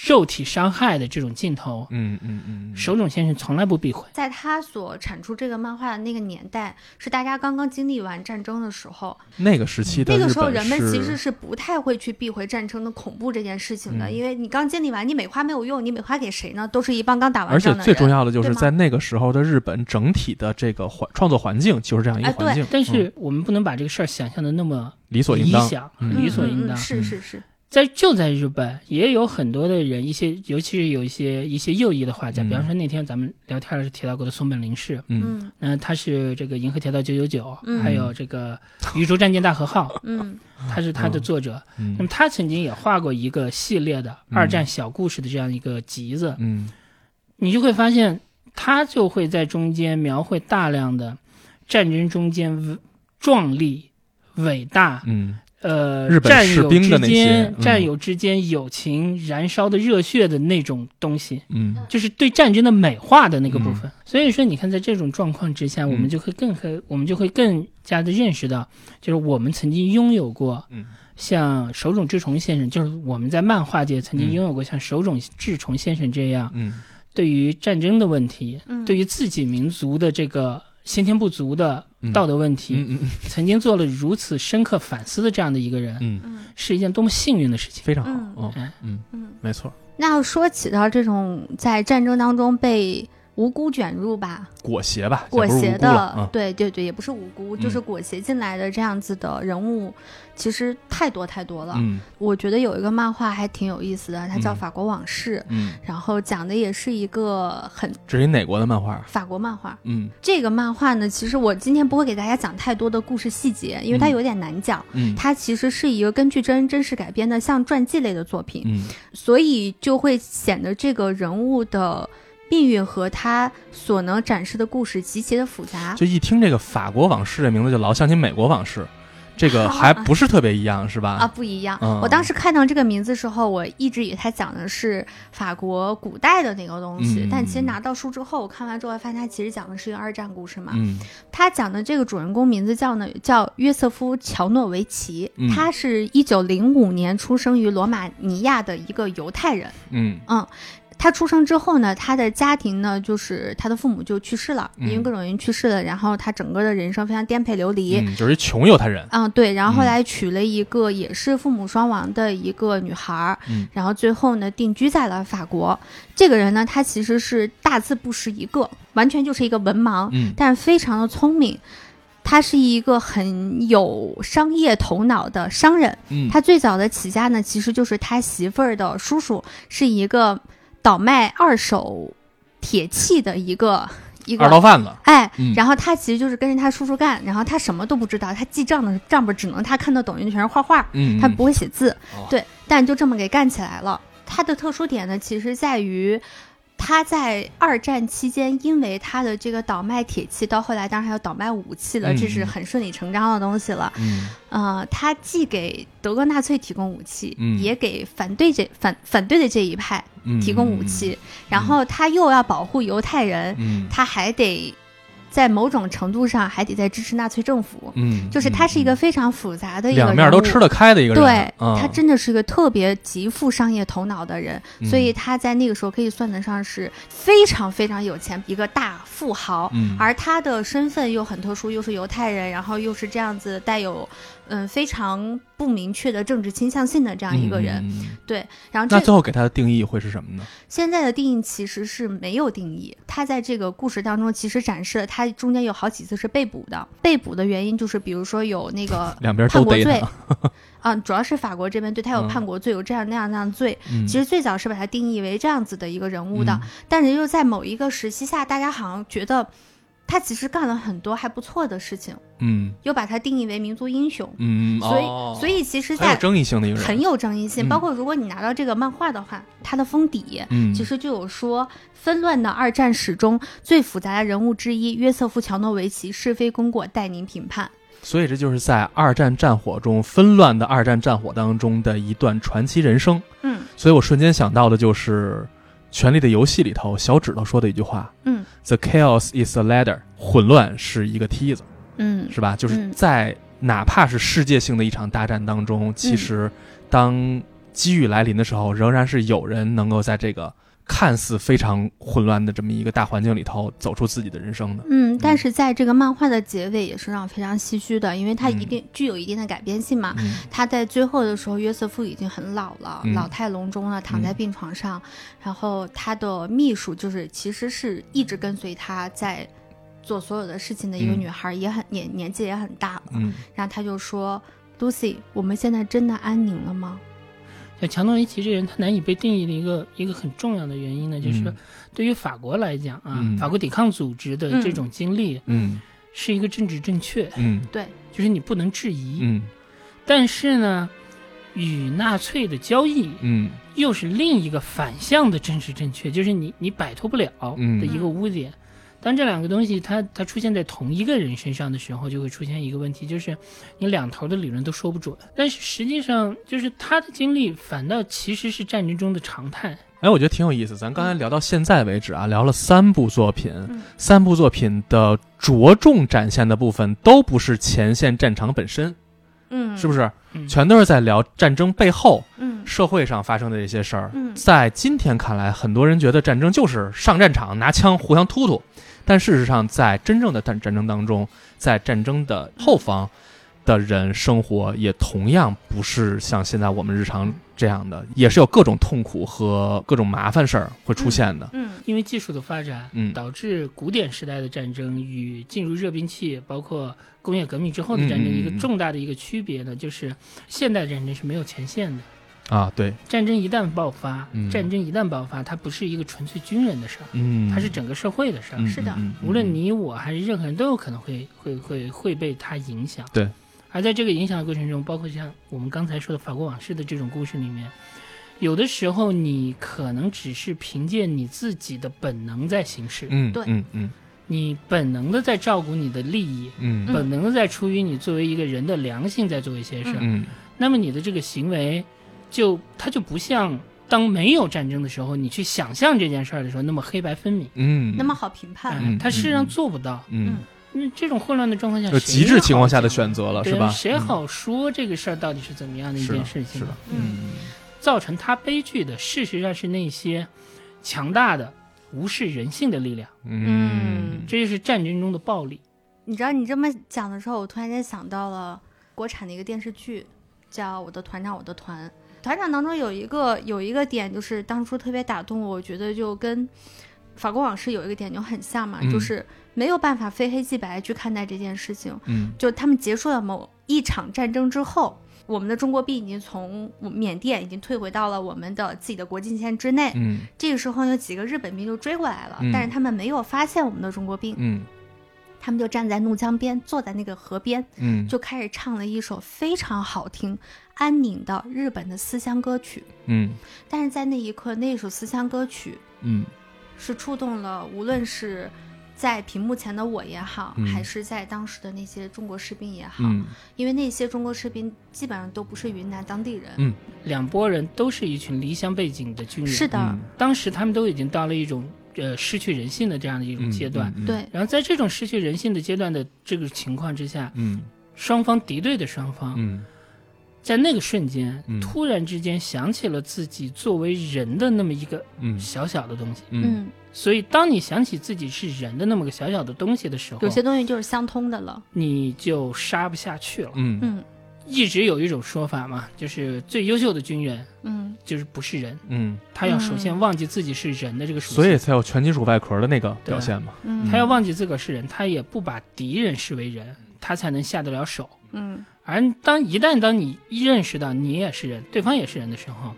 C: 肉体伤害的这种镜头，
B: 嗯嗯嗯，
C: 手冢先生从来不避讳。
A: 在他所产出这个漫画的那个年代，是大家刚刚经历完战争的时候，
B: 那个时期的
A: 那个时候
B: 日本
A: 人们
B: 是
A: 其实是不太会去避讳战争的恐怖这件事情的，
B: 嗯
A: 因为你刚经历完，你美化没有用，你美化给谁呢？都是一帮刚打完
B: 而且
A: 仗的人。
B: 最重要的就
A: 对
B: 是
A: 吗
B: 在那个时候的日本整体的这个环创作环境就是这样一个
A: 哎
B: 环境，
C: 但是
B: 嗯
C: 我们不能把这个事儿想象的那么
B: 理所
C: 理
B: 应当，
C: 想、
B: 嗯
A: 嗯
C: 理所
A: 嗯
C: 应
A: 嗯
C: 当。
A: 是是是，
C: 在就在日本也有很多的人，一些尤其是有一些一些右翼的画家，
B: 嗯
C: 比方说那天咱们聊天时提到过的松本零士，
B: 嗯
A: 嗯
C: 嗯、他是这个《银河铁道九九九
A: 嗯》，
C: 还有这个《宇宙战舰大和号》，
A: 嗯
C: 他是他的作者。那么
B: 嗯
C: 他曾经也画过一个系列的
B: 嗯
C: 二战小故事的这样一个集子，
B: 嗯
C: 你就会发现他就会在中间描绘大量的战争中间壮丽、伟大，
B: 嗯
C: 呃，
B: 日本
C: 战
B: 士
C: 友
B: 兵的
C: 之
B: 那些
C: 间、
B: 嗯
C: 战友之间友情燃烧的热血的那种东西，
B: 嗯
C: 就是对战争的美化的那个部分。所以说，你看，在这种状况之
B: 嗯
C: 下，我们就会更可，我们就会更加的认识到，就是我们曾经拥有过
B: 嗯
C: 像手冢治虫先生，就是我们在漫画界曾经
B: 嗯
C: 拥有过像手冢治虫先生这样，
B: 嗯
C: 对于战争的问题，
A: 嗯，
C: 对于自己民族的这个先天不足的
B: 嗯
C: 道德问题，
B: 嗯嗯
C: 曾经做了如此深刻反思的这样的一个人，
B: 嗯，
A: 嗯
C: 是一件多么幸运的事情。
B: 非常
A: 嗯
B: 好，嗯
C: 哎
B: 嗯，
A: 嗯。
B: 没错，
A: 那要说起到这种在战争当中被无辜卷入吧，
B: 裹挟吧，
A: 裹
B: 也不是无
A: 挟
B: 辜了
A: 的
B: 啊，，嗯
A: 对对对，也不是无辜，就是裹挟进来的这样子的人物，其实太多太多了。
B: 嗯
A: 我觉得有一个漫画还挺有意思的，它叫《
B: 嗯
A: 法国往事》，
B: 嗯，
A: 然后讲的也是一个很
B: 这是一哪国的漫画？
A: 法国漫画。
B: 嗯
A: 这个漫画呢，其实我今天不会给大家讲太多的故事细节，因为它
B: 嗯
A: 有点难讲。
B: 嗯
A: 它其实是一个根据真人真事改编的，像传记类的作品。
B: 嗯
A: 所以就会显得这个人物的命运和他所能展示的故事极其的复杂。
B: 就一听这个法国往事这名字，就老想起美国往事，这个还不是特别一样，是
A: 啊，
B: 吧？
A: 不一样！
B: 嗯
A: 我当时看到这个名字的时候，我一直以为他讲的是法国古代的那个东西，
B: 嗯
A: 但其实拿到书之后，我看完之后发现他其实讲的是一个二战故事嘛。
B: 嗯
A: 他讲的这个主人公名字叫呢叫约瑟夫·乔诺维奇，
B: 嗯
A: 他是一九零五年出生于罗马尼亚的一个犹太人。
B: 嗯
A: 他出生之后呢，他的家庭呢，就是他的父母就去世了，
B: 嗯
A: 因为各种原因去世了，然后他整个的人生非常颠沛流离。嗯
B: 嗯，就是一穷犹太人，
A: 对，然后后
B: 嗯
A: 来娶了一个也是父母双亡的一个女孩儿，
B: 嗯
A: 然后最后呢定居在了法国。这个人呢，他其实是大字不识一个，完全就是一个文盲，
B: 嗯
A: 但非常的聪明。他是一个很有商业头脑的商人，
B: 嗯，
A: 他最早的起家呢，其实就是他媳妇儿的叔叔是一个倒卖二手铁器的一个一
B: 二
A: 个。
B: 道贩子，
A: 哎
B: 嗯，
A: 然后他其实就是跟着他叔叔干，然后他什么都不知道，他记账的账本只能他看得懂，因为全是画画，
B: 嗯，
A: 他不会写字，
B: 哦
A: 对，但就这么给干起来了。他的特殊点呢，其实在于他在二战期间，因为他的这个倒卖铁器，到后来当然还有倒卖武器了，
B: 嗯
A: 这是
B: 嗯
A: 很顺理成章的东西了。
B: 嗯
A: 呃，他既给德国纳粹提供武器，
B: 嗯
A: 也给反对这反反对的这一派
B: 嗯
A: 提供武器，，然后他又要保护犹太人，
B: 嗯
A: 他还得在某种程度上还得在支持纳粹政府，
B: 嗯，
A: 就是他是一个非常复杂的一个
B: 两面都吃
A: 了。
B: 得开的一个人，
A: 对、
B: 嗯
A: 他真的是一个特别极富商业头脑的人，
B: 嗯
A: 所以他在那个时候可以算得上是非常非常有钱，一个大富豪。
B: 嗯
A: 而他的身份又很特殊，又是犹太人，然后又是这样子带有，嗯，非常不明确的政治倾向性的这样一个人。
B: 嗯嗯嗯嗯
A: 对，然后
B: 那
A: 这
B: 最后给他的定义会是什么呢？。
A: 现在的定义其实是没有定义。他在这个故事当中其实展示了，他中间有好几次是被捕的，被捕的原因就是比如说有那个
B: 两边
A: 叛
B: 都
A: 国
B: 逮
A: 罪
B: 他，，
A: 啊，主要是法国这边对他有
B: 嗯
A: 叛国罪，有这样那样那样罪。
B: 嗯
A: 其实最早是把他定义为这样子的一个人物的，，但是又在某一个时期下，大家好像觉得他其实干了很多还不错的事情，
B: 嗯
A: 又把他定义为民族英雄，
B: 嗯，嗯
A: 所以、
B: 哦
A: 所以其实
B: 很有
A: 在
B: 争议性的一个人，
A: 很有争议性。
B: 嗯
A: 包括如果你拿到这个漫画的话，它的封底。
B: 嗯，
A: 其实就有说，纷乱的二战史中最复杂的人物之一约瑟夫·乔诺维奇是非功过，待您评判。
B: 所以这就是在二战战火中纷乱的二战战火当中的一段传奇人生。
A: 嗯
B: 所以我瞬间想到的就是《权力的游戏》里头小指头说的一句话
A: 嗯
B: ：“The chaos is a ladder。”混乱是一个梯子，
A: 嗯
B: 是吧？就是
A: 嗯
B: 在哪怕是世界性的一场大战当中，其实当机遇来临的时候，仍然是有人能够在这个看似非常混乱的这么一个大环境里头走出自己的人生的。
A: 嗯，但
B: 嗯
A: 是在这个漫画的结尾也是让我非常唏嘘的，因为它一
B: 嗯
A: 定、具有一定的改编性嘛。
B: 嗯
A: 他在最后的时候，约瑟夫已经很老了，
B: 嗯
A: 老态龙钟了，躺在
B: 嗯
A: 病床上。然后他的秘书就是其实是一直跟随他在做所有的事情的一个
B: 嗯
A: 女孩，也很年年纪也很大了。
B: 嗯
A: 然后他就说：“Lucy，我们现在真的安宁了吗？
C: 像强东维奇这人，他难以被定义的一个一个很重要的原因呢，就是
B: 嗯
C: 对于法国来讲啊，
B: 嗯
C: 法国抵抗组织的这种经历
B: 嗯
C: 是一个政治正确，
B: 嗯
A: 对，
C: 就是你不能质疑。
B: 嗯
C: 但是呢，与纳粹的交易
B: 嗯
C: 又是另一个反向的真实正确，就是你你摆脱不了
B: 嗯
C: 的一个污点。当这两个东西它它出现在同一个人身上的时候，就会出现一个问题，就是你两头的理论都说不准。但是实际上，就是他的经历反倒其实是战争中的常态。
B: 哎，我觉得挺有意思。咱刚才聊到现在为止啊，聊了三部作品，
A: 嗯
B: 三部作品的着重展现的部分都不是前线战场本身，
A: 嗯，
B: 是不
A: 是？
B: 是？
C: 嗯，
B: 全都是在聊战争背后
A: 嗯
B: 社会上发生的这些事儿。
A: 嗯
B: 在今天看来，很多人觉得战争就是上战场拿枪互相突突，但事实上，在真正的战战争当中，在战争的后方的人生活也同样不是像现在我们日常这样的，也是有各种痛苦和各种麻烦事儿会出现的。
A: 嗯
C: 因为技术的发展，
B: 嗯
C: 导致古典时代的战争与进入热兵器，包括工业革命之后的战争
B: 嗯嗯嗯
C: 一个重大的一个区别呢，就是现代战争是没有前线的。
B: 啊，对，
C: 战争一旦爆发，
B: 嗯
C: 战争一旦爆发，它不是一个纯粹军人的事儿，
B: 嗯，
C: 它是整个社会的事儿。
B: 嗯
A: 是的
B: 嗯嗯嗯
C: 无论你我还是任何人都有可能会会会会被它影响。
B: 对。
C: 而在这个影响的过程中，包括像我们刚才说的法国往事的这种故事里面，有的时候你可能只是凭借你自己的本能在行事，
B: 嗯，
A: 对
B: 嗯嗯
C: 你本能的在照顾你的利益，
B: 嗯
C: 本能的在出于你作为一个人的良心在做一些事儿。
B: 嗯
C: 那么你的这个行为就它就不像当没有战争的时候，你去想象这件事儿的时候那么黑白分明。
B: 嗯，
A: 那么好评判，
C: 哎，它事实上做不到。
B: 嗯，
C: 嗯，这种混乱的状况下，
B: 就
C: 谁
B: 极致情况下的
C: 好讲
B: 选择了，
C: 对
B: 是吧？嗯
C: 谁好说这个事儿到底是怎么样的一
B: 是的
C: 件事
B: 是
C: 情？
B: 的，
A: 嗯
C: 造成他悲剧的，事实上是那些强大的无视人性的力量，
B: 嗯
C: 这就是战争中的暴力。
A: 你知道你这么讲的时候，我突然间想到了国产的一个电视剧，叫《我的团长我的团》。团长当中有一个有一个点，就是当初特别打动我，我觉得就跟《法国往事》有一个点就很像嘛，
B: 嗯
A: 就是没有办法非黑即白去看待这件事情。
B: 嗯
A: 就他们结束了某一场战争之后，我们的中国币已经从我们缅甸已经退回到了我们的自己的国境线之内。
B: 嗯
A: 这个时候有几个日本兵就追过来了，
B: 嗯
A: 但是他们没有发现我们的中国兵，
B: 嗯
A: 他们就站在怒江边，坐在那个河边，
B: 嗯，
A: 就开始唱了一首非常好听、安宁的日本的思乡歌曲。
B: 嗯
A: 但是在那一刻，那首思乡歌曲
B: 嗯
A: 是触动了，无论是在屏幕前的我也好，
B: 嗯
A: 还是在当时的那些中国士兵也好，
B: 嗯
A: 因为那些中国士兵基本上都不是云南当地人。
B: 嗯
C: 两拨人都是一群离乡背景的军人，
A: 是的，
B: 嗯
C: 当时他们都已经到了一种呃失去人性的这样的一种阶
B: 嗯
C: 段。，
A: 对，
C: 然后在这种失去人性的阶段的这个情况之下，
B: 嗯
C: 双方敌对的双方，
B: 嗯
C: 在那个瞬间，
B: 嗯
C: 突然之间想起了自己作为人的那么一个
B: 嗯
C: 小小的东西。
B: 嗯
A: 嗯，
C: 所以，当你想起自己是人的那么个小小的东西的时候
A: 有，些东西就是相通的了。
C: 你就杀不下去了。
B: 嗯
A: 嗯
C: 一直有一种说法嘛，就是最优秀的军人
A: 嗯，
C: 就是不是人，
B: 嗯，
C: 他要首先忘记自己是人的这个属性。
B: 所以才有拳击手外壳的那个表现嘛。
A: 嗯
C: 他要忘记自个儿是人，他也不把敌人视为人，他才能下得了手。
A: 嗯
C: 而当一旦当你认识到你也是人，对方也是人的时候，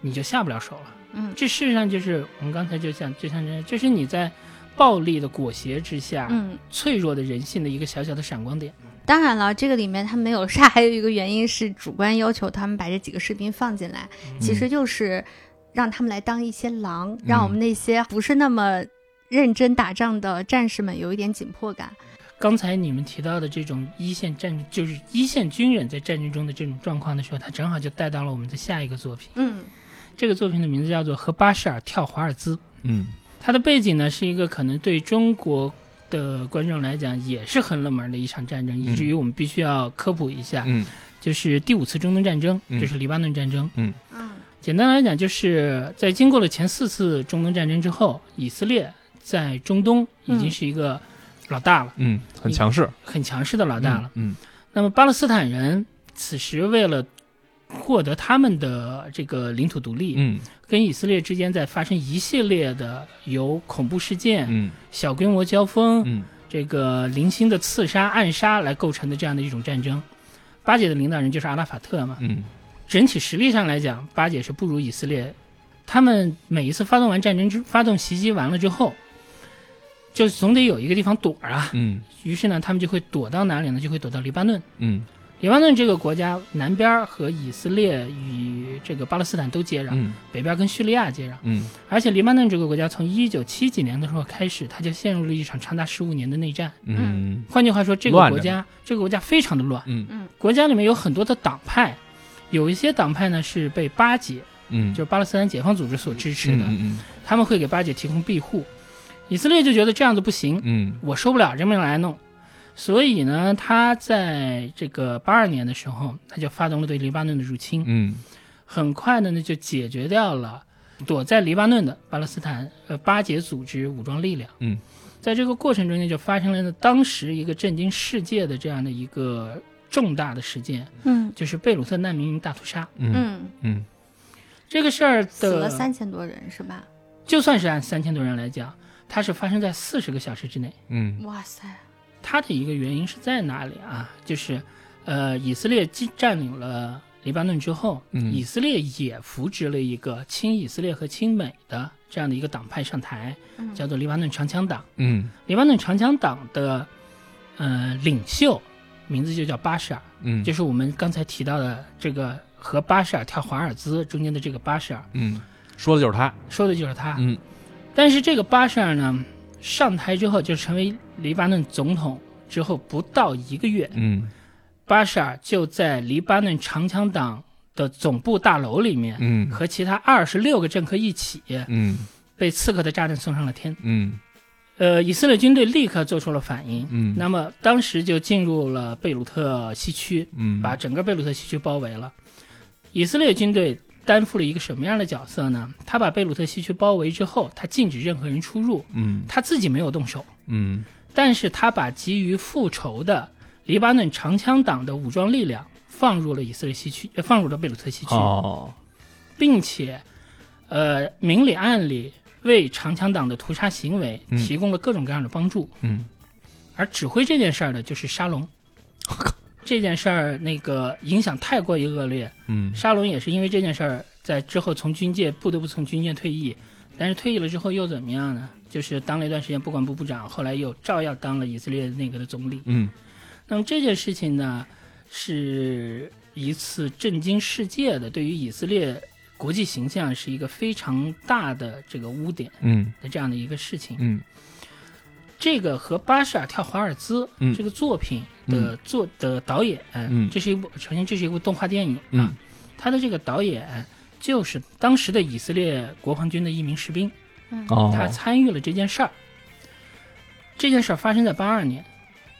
C: 你就下不了手了。
A: 嗯
C: 这事实上就是我们刚才就像就像这样，就是你在暴力的裹挟之下，
A: 嗯，
C: 脆弱的人性的一个小小的闪光点。
A: 当然了，这个里面他没有杀，还有一个原因是主观要求他们把这几个士兵放进来，其
B: 嗯
A: 实就是让他们来当一些狼，让我们那些不是那么认真打仗的战士们有一点紧迫感。
C: 刚才你们提到的这种一线战，就是一线军人在战争中的这种状况的时候，他正好就带到了我们的下一个作品。
A: 嗯
C: 这个作品的名字叫做《和巴舍尔跳华尔兹》。
B: 嗯
C: 它的背景呢是一个可能对中国的观众来讲也是很冷门的一场战争，以至于我们必须要科普一下，
B: 嗯
C: 就是第五次中东战争，
B: 嗯
C: 就是黎巴嫩战争。
A: 嗯
C: 简单来讲，就是在经过了前四次中东战争之后，以色列在中东已经是一个老大了，
B: 嗯，很强势，
C: 很强势的老大了。
B: 嗯
C: 那么巴勒斯坦人此时为了获得他们的这个领土独立，
B: 嗯
C: 跟以色列之间在发生一系列的由恐怖事件、
B: 嗯
C: 小规模交锋、
B: 嗯
C: 这个零星的刺杀、暗杀来构成的这样的一种战争。巴解的领导人就是阿拉法特嘛，
B: 嗯
C: 整体实力上来讲，巴解是不如以色列。他们每一次发动完战争之发动袭击完了之后，就总得有一个地方躲啊。
B: 嗯
C: 于是呢，他们就会躲到哪里呢？就会躲到黎巴嫩。
B: 嗯
C: 黎巴嫩这个国家南边儿和以色列与这个巴勒斯坦都接壤，
B: 嗯
C: 北边儿跟叙利亚接壤。
B: 嗯
C: 而且黎巴嫩这个国家从一九七几年的时候开始，它就陷入了一场长达十五年的内战。
B: 嗯
C: 换句话说，这个
B: 乱着
C: 国家这个国家非常的乱，
B: 嗯
C: 国家里面有很多的党派，有一些党派呢是被巴解，
B: 嗯，
C: 就是巴勒斯坦解放组织所支持的，
B: 嗯
C: 他们会给巴解提供庇护。以色列就觉得这样子不行，
B: 嗯
C: 我受不了这么来弄，所以呢，他在这个八二年的时候，他就发动了对黎巴嫩的入侵。
B: 嗯
C: 很快的呢就解决掉了躲在黎巴嫩的巴勒斯坦呃巴解组织武装力量。
B: 嗯，
C: 在这个过程中间就发生了当时一个震惊世界的这样的一个重大的事件，
A: 嗯
C: 就是贝鲁特难民营大屠杀。
B: 嗯
A: 嗯，
B: 嗯
C: 这个事儿的
A: 死了三千多人是吧？
C: 就算是按三千多人来讲，它是发生在四十个小时之内。
B: 嗯
A: 哇塞，
C: 它的一个原因是在哪里啊？就是，呃，以色列既占领了黎巴嫩之后，
B: 嗯
C: 以色列也扶植了一个亲以色列和亲美的这样的一个党派上台，
A: 嗯
C: 叫做黎巴嫩长枪党。
B: 嗯
C: 黎巴嫩长枪党的，呃，领袖名字就叫巴沙尔，
B: 嗯，
C: 就是是我们刚才提到的这个和巴沙尔跳华尔兹中间的这个巴沙尔，
B: 嗯，说的就是他。
C: 说的就是他。
B: 嗯
C: 但是这个巴沙尔呢，上台之后就成为黎巴嫩总统之后不到一个月，
B: 嗯
C: 巴沙尔就在黎巴嫩长枪党的总部大楼里面，
B: 嗯
C: 和其他二十六个政客一起
B: 嗯
C: 被刺客的炸弹送上了天。
B: 嗯
C: 呃，以色列军队立刻做出了反应，
B: 嗯
C: 那么当时就进入了贝鲁特西区，
B: 嗯，
C: 把整个贝鲁特西区包围了。以色列军队担负了一个什么样的角色呢？他把贝鲁特西区包围之后，他禁止任何人出入，
B: 嗯
C: 他自己没有动手，
B: 嗯
C: 但是他把急于复仇的黎巴嫩长枪党的武装力量放入了以色列西区，呃放入了贝鲁特西区，
B: 哦
C: 并且，呃，明里暗里为长枪党的屠杀行为
B: 嗯
C: 提供了各种各样的帮助。
B: 嗯
C: 而指挥这件事儿的就是沙龙。这件事儿那个影响太过于恶劣，
B: 嗯
C: 沙龙也是因为这件事儿，在之后从军界不得不从军界退役，但是退役了之后又怎么样呢？就是当了一段时间不管部部长，后来又照样当了以色列那个的总理。
B: 嗯
C: 那么这件事情呢，是一次震惊世界的，对于以色列国际形象是一个非常大的这个污点
B: 嗯
C: 的这样的一个事情。
B: 嗯
C: 这个和巴沙尔跳华尔兹、
B: 嗯
C: 这个作品的作的导演，呃
B: 嗯
C: 这是一部首先这是一部动画电影、
B: 嗯
C: 啊，他的这个导演呃就是当时的以色列国防军的一名士兵，
A: 嗯
B: 哦，
C: 他参与了这件事儿。这件事儿发生在八二年，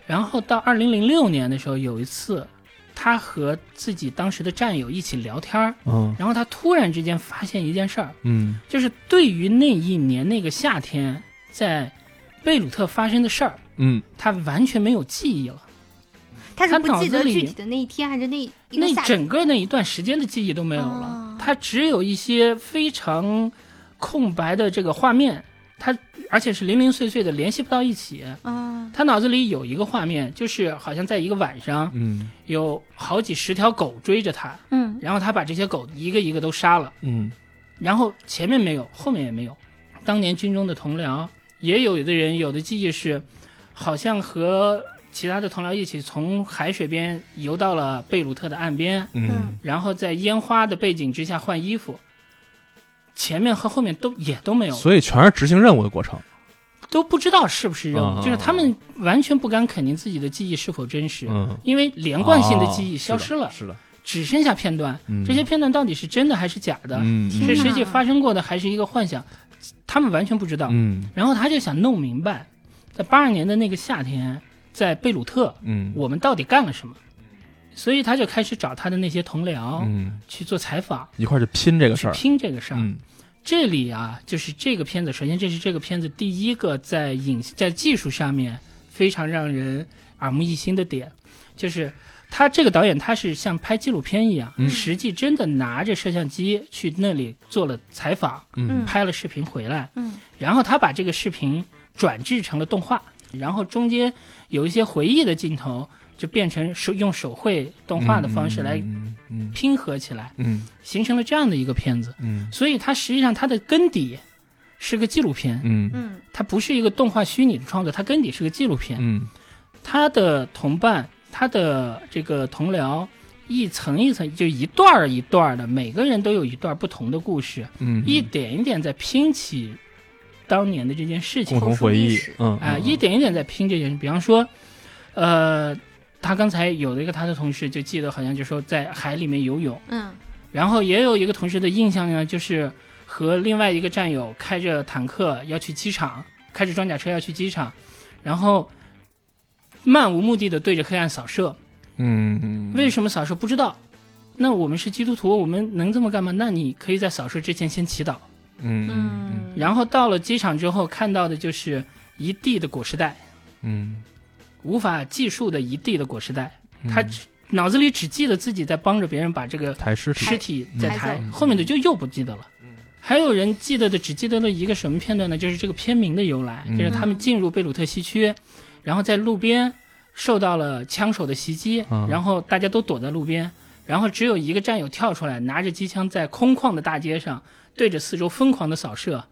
C: 然后到二零零六年的时候，有一次，他和自己当时的战友一起聊天儿，
B: 嗯
C: 然后他突然之间发现一件事儿，
B: 嗯
C: 就是对于那一年那个夏天在贝鲁特发生的事儿，
B: 嗯
C: 他完全没有记忆了，
A: 他是
C: 他
A: 不
C: 脑
A: 记
C: 子
A: 得
C: 里
A: 具体的那一天还是那一一个
C: 那
A: 下
C: 整个那一段时间的记忆都没有了
A: 哦，
C: 他只有一些非常空白的这个画面，他而且是零零碎碎的联系不到一起。
A: 嗯
C: 他脑子里有一个画面，就是好像在一个晚上，
B: 嗯
C: 有好几十条狗追着他，
A: 嗯
C: 然后他把这些狗一个一个都杀了，
B: 嗯
C: 然后前面没有，后面也没有。当年军中的同僚，也有的人有的记忆是，好像和其他的同僚一起从海水边游到了贝鲁特的岸边，
B: 嗯
C: 然后在烟花的背景之下换衣服，前面和后面都也都没有，
B: 所以全是执行任务的过程。
C: 都不知道是不是任务，
B: 嗯
C: 就是他们完全不敢肯定自己的记忆是否真实。
B: 嗯，
C: 因为连贯性的记忆消失了，
B: 哦是的，
C: 只剩下片段。这些片段到底是真的还是假的？
B: 嗯
C: 是
A: 天
C: 实
A: 哪
C: 际发生过的还是一个幻想？他们完全不知道。
B: 嗯
C: 然后他就想弄明白，在八二年的那个夏天，在贝鲁特，
B: 嗯
C: 我们到底干了什么？所以他就开始找他的那些同僚
B: 嗯
C: 去做采访，
B: 一块儿去拼这个事
C: 去
B: 儿。
C: 拼这个事儿。
B: 嗯
C: 这里啊，就是这个片子，首先这是这个片子第一个在影在技术上面非常让人耳目一新的点，就是他这个导演他是像拍纪录片一样，
B: 嗯
C: 实际真的拿着摄像机去那里做了采访，
B: 嗯
C: 拍了视频回来，
A: 嗯
C: 然后他把这个视频转制成了动画，然后中间有一些回忆的镜头，就变成手用手绘动画的方式来
B: 嗯嗯
C: 拼合起来，
B: 嗯
C: 形成了这样的一个片子。
B: 嗯
C: 所以它实际上它的根底是个纪录片，
B: 嗯
A: 嗯
C: 它不是一个动画虚拟的创作，它根底是个纪录片。
B: 嗯
C: 他的同伴，他的这个同僚，一层一层，就一段儿一段儿的，每个人都有一段儿不同的故事，
B: 嗯，
C: 一点一点在拼起当年的这件事情
A: 同
B: 共同回
A: 回忆
B: 忆，嗯
C: 啊、一点一点在拼这件事。比方说，呃，他刚才有的一个他的同事就记得好像就说在海里面游泳，
A: 嗯
C: 然后也有一个同事的印象呢，就是和另外一个战友开着坦克要去机场，开着装甲车要去机场，然后漫无目的的对着黑暗扫射。
B: 嗯嗯，
C: 为什么扫射？不知道。那我们是基督徒，我们能这么干吗？那你可以在扫射之前先祈祷，
B: 嗯嗯
A: 嗯，
C: 然后到了机场之后看到的就是一地的裹尸袋，
B: 嗯，
C: 无法计数的一地的裹尸袋。他只脑子里只记得自己在帮着别人把这个
B: 抬尸体，
C: 尸体在
A: 抬
C: 抬
A: 走，
C: 后面的就又不记得了。
B: 嗯
C: 还有人记得的只记得了一个什么片段呢？就是这个片名的由来，
B: 嗯
C: 就是他们进入贝鲁特西区，然后在路边受到了枪手的袭击
B: 嗯，
C: 然后大家都躲在路边，然后只有一个战友跳出来，拿着机枪在空旷的大街上对着四周疯狂的扫射。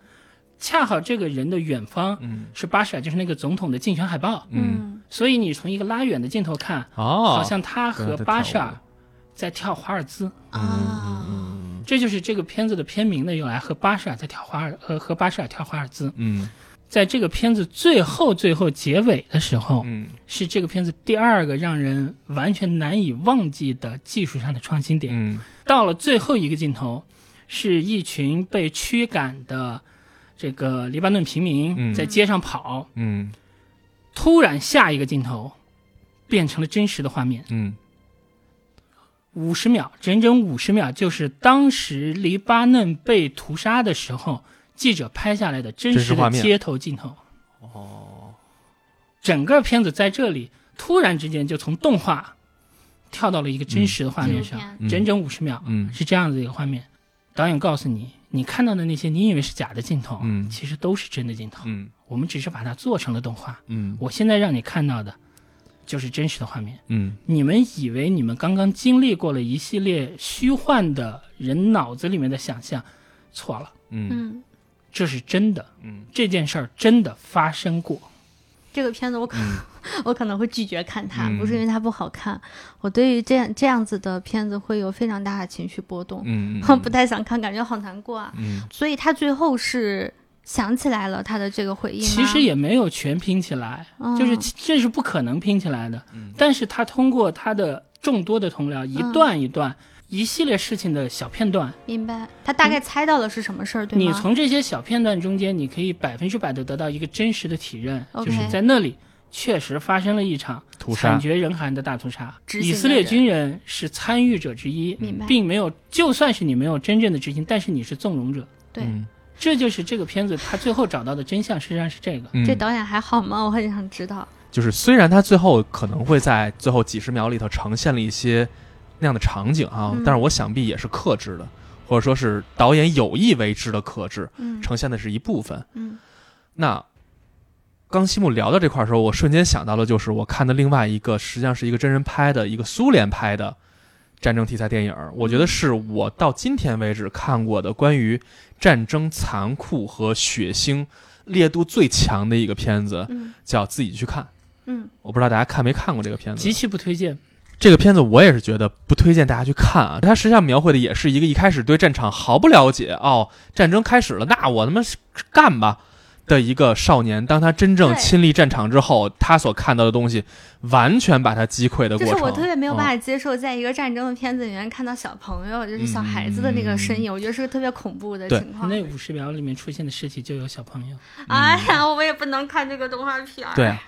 C: 恰好这个人的远方
B: 嗯
C: 是巴舍尔，就是那个总统的竞选海报，
B: 嗯，
C: 所以你从一个拉远的镜头看，
B: 哦，
C: 好像他
B: 对
C: 和
B: 在
C: 巴
B: 跳舞
C: 舍尔在跳华尔兹。
B: 嗯
A: 啊
C: 这就是这个片子的片名的由来，和巴舍尔在跳华尔，呃，和巴舍尔跳华尔兹。
B: 嗯
C: 在这个片子最后最后结尾的时候，
B: 嗯
C: 是这个片子第二个让人完全难以忘记的技术上的创新点。
B: 嗯
C: 到了最后一个镜头，是一群被驱赶的这个黎巴嫩平
B: 嗯
C: 民在街上跑，
B: 嗯
C: 突然下一个镜头变成了真实的画面。
B: 嗯
C: 五十秒，整整五十秒，就是当时黎巴嫩被屠杀的时候，记者拍下来的真
B: 真实
C: 实
B: 画
C: 的
B: 面哦
C: 街头镜头。哦，整个片子在这里突然之间就从动画跳到了一个真实的画面上，
A: 嗯
B: 纪录片
C: 整整五十秒，
B: 嗯
C: 是这样子一个画面。导演告诉你，你看到的那些你以为是假的镜头，
B: 嗯
C: 其实都是真的镜头，
B: 嗯
C: 我们只是把它做成了动画。
B: 嗯
C: 我现在让你看到的，就是真实的画面。
B: 嗯
C: 你们以为你们刚刚经历过了一系列虚幻的人脑子里面的想象，错了，
B: 嗯
A: 嗯，
C: 这是真的，
B: 嗯
C: 这件事儿真的发生过。
A: 这个片子我可、
C: 嗯
A: 我可能会拒绝看它，
B: 嗯
A: 不是因为它不好看，我对于这样这样子的片子会有非常大的情绪波动，
B: 嗯，
A: 不太想看，感觉好难过啊。所以他最后是想起来了他的这个回忆吗？
C: 其实也没有全拼起来，
A: 嗯
C: 就是其这是不可能拼起来的。但是他通过他的众多的同僚，一
A: 嗯
C: 段一段、一系列事情的小片段，
A: 明白，他大概猜到了是什么事儿，对吗？
C: 你从这些小片段中间，你可以百分之百的得到一个真实的体认
A: OK
C: 就是在那里确实发生了一场
B: 屠杀
C: 惨绝人寰的大屠杀。
A: 执行的
C: 以色列军人是参与者之一，
A: 明白，
C: 并没有，就算是你没有真正的执行，但是你是纵容者。
B: 嗯
A: 对、
C: 这就是这个片子他最后找到的真相，实际上是这个。
A: 这导演还好吗？我很想知道。
B: 嗯就是虽然他最后可能会在最后几十秒里头呈现了一些那样的场景啊，
A: 嗯
B: 但是我想必也是克制的，或者说是导演有意为之的克制，
A: 嗯
B: 呈现的是一部分。
A: 嗯
B: 那刚西木聊到这块儿的时候，我瞬间想到了，就是我看的另外一个，实际上是一个真人拍的，一个苏联拍的战争题材电影儿，我觉得是我到今天为止看过的关于战争残酷和血腥烈度最强的一个片子，
A: 嗯
B: 叫《自己去看》。
A: 嗯
B: 我不知道大家看没看过这个片子
C: 极。其不推荐，
B: 这个片子我也是觉得不推荐大家去看啊。它实际上描绘的也是一个一开始对战场毫不了解哦，战争开始了，那我他妈是干吧的一个少年，当他真正
A: 对
B: 亲历战场之后，他所看到的东西完全把他击溃的
A: 就
B: 过程。嗯
A: 是我特别
C: 嗯
A: 没有办
B: 法。
A: 法接受，在一个战争的片子里面看到小朋友，就是小孩子的那个
C: 嗯
A: 身影，我觉得是个特别恐怖的
B: 对
A: 情况。
C: 那五十秒里面出现的尸体就有小朋友，
A: 哎呀，我也不能看这个动画片儿。
B: 嗯对啊，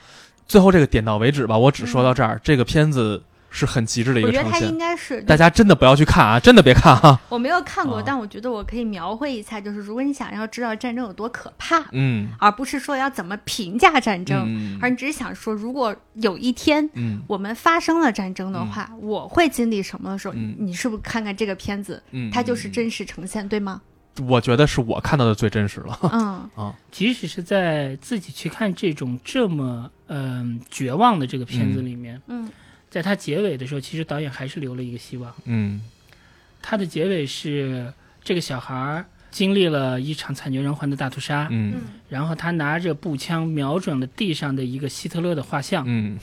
B: 最后这个点到为止吧，我只说到这儿。这个片子是很极致的一
A: 嗯我
B: 个
A: 觉得
B: 呈
A: 他应
B: 现，
A: 该是，
B: 大家真的不要去看啊，真的别看啊。
A: 我没有看过，
B: 啊
A: 但我觉得我可以描绘一下，就是如果你想要知道战争有多可怕，
B: 嗯，
A: 而不是说要怎么评价战争，
B: 嗯
A: 而你只是想说，如果有一天
B: 嗯
A: 我们发生了战争的话，我会经历什么的时候，
B: 嗯
A: 你是不是看看这个片子，
B: 嗯，
A: 它就是真实呈现，对 吗？
B: 我觉得是我看到的最真实了。
A: 嗯
C: 即使是在自己去看这种这么嗯、绝望的这个片子里面，
A: 嗯
C: 在它结尾的时候，其实导演还是留了一个希望。
B: 嗯
C: 它的结尾是这个小孩儿经历了一场惨绝人寰的大屠杀，
B: 嗯
A: 嗯
C: 然后他拿着步枪瞄准了地上的一个希特勒的画像，
B: 嗯，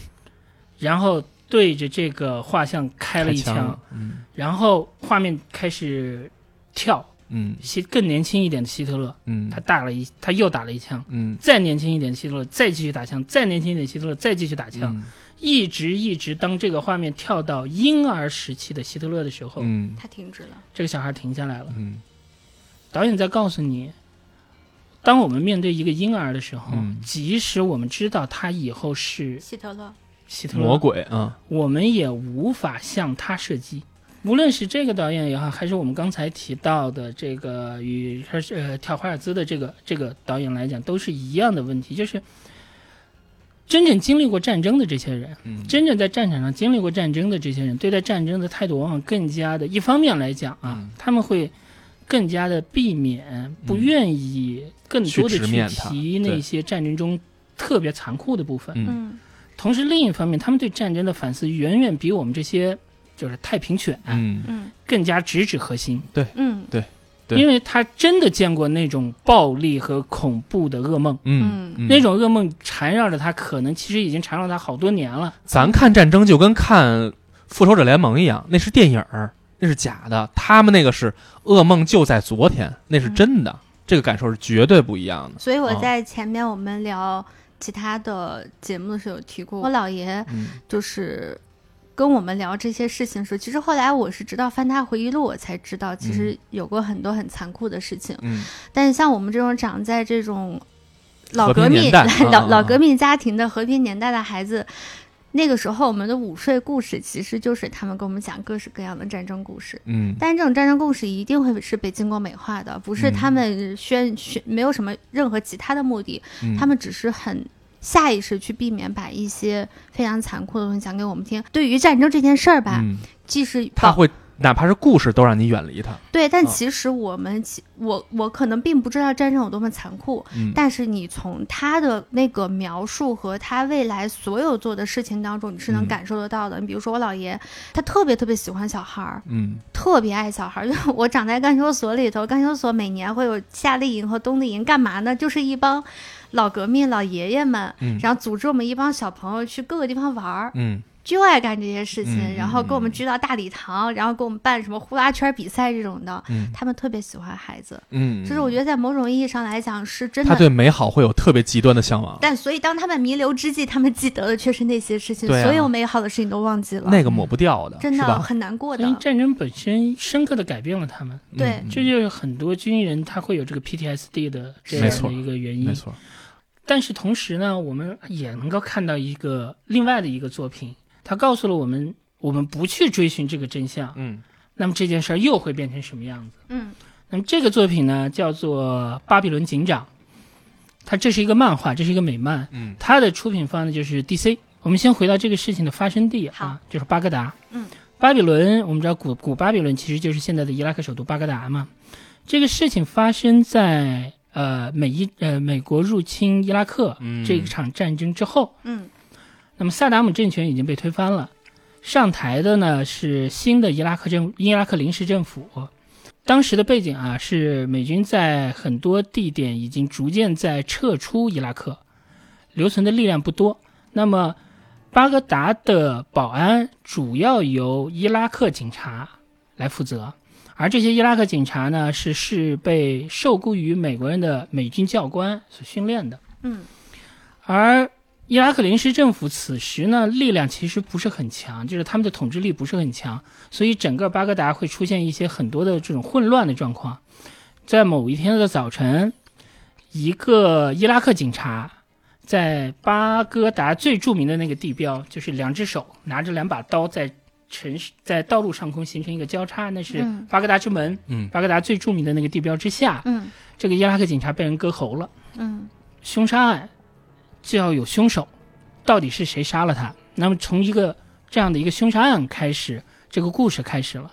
C: 然后对着这个画像开了一
B: 开
C: 枪，，
B: 嗯
C: 然后画面开始跳，
B: 嗯
C: 希更年轻一点的希特勒，
B: 嗯，
C: 他打了一，他又打了一枪。
B: 嗯
C: 再年轻一点的希特勒，再继续打枪；再年轻一点的希特勒，再继续打枪，
B: 嗯
C: 一直一直。当这个画面跳到婴儿时期的希特勒的时候，
B: 嗯
A: 他停止了，
C: 这个小孩停下来了。
B: 嗯
C: 导演在告诉你，当我们面对一个婴儿的时候，
B: 嗯
C: 即使我们知道他以后是
A: 希特勒，
C: 希特
B: 魔
C: 勒，
B: 鬼啊，
C: 我们也无法向他射击。无论是这个导演也好，还是我们刚才提到的这个与呃跳华尔兹的这个这个导演来讲，都是一样的问题，就是真正经历过战争的这些人，
B: 嗯
C: 真正在战场上经历过战争的这些人，对待战争的态度往往更加的，一方面来讲啊，
B: 嗯
C: 他们会更加的避免，不愿意更多的
B: 去直面
C: 去
B: 它
C: 提那些战争中特别残酷的部分。
B: 嗯
A: 嗯
C: 同时，另一方面，他们对战争的反思远远比我们这些就是太平犬、啊
B: 嗯
A: 嗯
C: 更加直指核心，
A: 嗯
B: 对
C: 因为他真的见过那种暴力和恐怖的噩梦。
B: 嗯
A: 嗯
C: 那种噩梦缠绕着他，可能其实已经缠绕他好多年了。
B: 咱看战争就跟看《复仇者联盟》一样，那是电影儿，那是假的。他们那个是噩梦就在昨天，那是真的。这个感受是绝对不一样的。
A: 所以我
B: 哦
A: 在前面我们聊其他的节目的时候有提过，我姥爷
B: 嗯
A: 就是跟我们聊这些事情的时候，其实后来我是直到翻他回忆录，我才知道其实有过很多很残酷的事情。
B: 嗯
A: 但是像我们这种长在这种老
B: 和平
A: 革命、
B: 年代啊
A: 老
B: 啊
A: 老
B: 啊
A: 革命家庭的和平年代的孩子，那个时候我们的午睡故事其实就是他们给我们讲各式各样的战争故事。
B: 嗯
A: 但是这种战争故事一定会是被经过美化的，不是他们宣宣没有什么任何其他的目的，
B: 嗯，
A: 他们只是很下意识去避免把一些非常残酷的东西讲给我们听。对于战争这件事儿吧，
B: 嗯，
A: 既是
B: 他
A: 保
B: 会哪怕是故事都让你远离他。
A: 对，但
B: 啊
A: 其实我们其、我我可能并不知道战争有多么残酷，
B: 嗯
A: 但是你从他的那个描述和他未来所有做的事情当中，你是能
B: 嗯
A: 感受得到的。你比如说我姥爷，他特别特别喜欢小孩儿，
B: 嗯
A: 特别爱小孩儿。 就我长在干休所里头，干休所每年会有夏令营和冬令营，干嘛呢？就是一帮老革命老爷爷们，
B: 嗯
A: 然后组织我们一帮小朋友去各个地方玩儿，
B: 嗯
A: 就爱干这些事情，
B: 嗯
A: 然后给我们聚到大礼堂，然后给我们办什么呼啦圈比赛这种的。
B: 嗯
A: 他们特别喜欢孩子，
B: 嗯，
A: 就是我觉得在某种意义上来讲是真
B: 他
A: 的。
B: 对美好会有特别极端的向往。
A: 但所以当他们弥留之际，他们记得的却是那些事情，
B: 对啊
A: 所有美好的事情都忘记了，
B: 那个抹不掉的，
A: 真
B: 是
A: 的
B: 吧？
A: 很难过
C: 所以
A: 的。
C: 战争本身深刻的改变了他们。
B: 嗯
A: 对
C: 这就是很多军人他会有这个 PTSD 的这
A: 没
C: 样
B: 错
C: 的一个原因
B: 没。错，
C: 但是同时呢，我们也能够看到一个另外的一个作品，它告诉了我们，我们不去追寻这个真相，
B: 嗯
C: 那么这件事儿又会变成什么样子？
A: 嗯
C: 那么这个作品呢，叫做《巴比伦警长》，它这是一个漫画，这是一个美漫，
B: 嗯
C: 它的出品方呢就是 DC。我们先回到这个事情的发生地
A: 好
C: 啊，就是巴格达。
A: 嗯，
C: 巴比伦，我们知道古古巴比伦其实就是现在的伊拉克首都巴格达嘛。这个事情发生在呃美伊呃美国入侵伊拉克
B: 嗯
C: 这场战争之后，
A: 嗯
C: 那么萨达姆政权已经被推翻了，上台的呢是新的伊拉克政伊拉克临时政府。当时的背景啊是美军在很多地点已经逐渐在撤出伊拉克，留存的力量不多。那么巴格达的保安主要由伊拉克警察来负责，而这些伊拉克警察呢是是被受雇于美国人的美军教官所训练的。
A: 嗯
C: 而伊拉克临时政府此时呢，力量其实不是很强，就是他们的统治力不是很强，所以整个巴格达会出现一些很多的这种混乱的状况。在某一天的早晨，一个伊拉克警察在巴格达最著名的那个地标，就是两只手拿着两把刀在城市在道路上空形成一个交叉，那是
A: 嗯
C: 巴格达之门，
B: 嗯
C: 巴格达最著名的那个地标之下，
A: 嗯
C: 这个伊拉克警察被人割喉了。
A: 嗯
C: 凶杀案就要有凶手，到底是谁杀了他？那么从一个这样的一个凶杀案开始，这个故事开始了。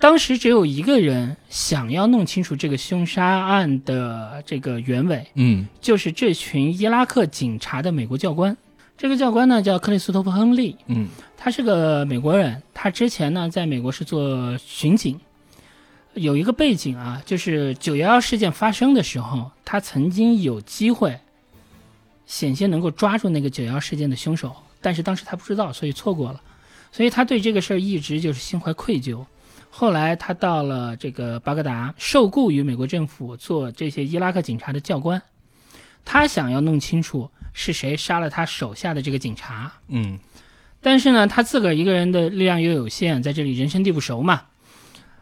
C: 当时只有一个人想要弄清楚这个凶杀案的这个原委，
B: 嗯
C: 就是这群伊拉克警察的美国教官。这个教官呢叫克里斯托弗·亨利，
B: 嗯
C: 他是个美国人，他之前呢在美国是做巡警，有一个背景啊，就是九幺幺事件发生的时候，他曾经有机会险些能够抓住那个九幺幺事件的凶手，但是当时他不知道，所以错过了，所以他对这个事儿一直就是心怀愧疚。后来他到了这个巴格达，受雇于美国政府做这些伊拉克警察的教官，他想要弄清楚是谁杀了他手下的这个警察。
B: 嗯
C: 但是呢，他自个儿一个人的力量又有限，在这里人生地不熟嘛，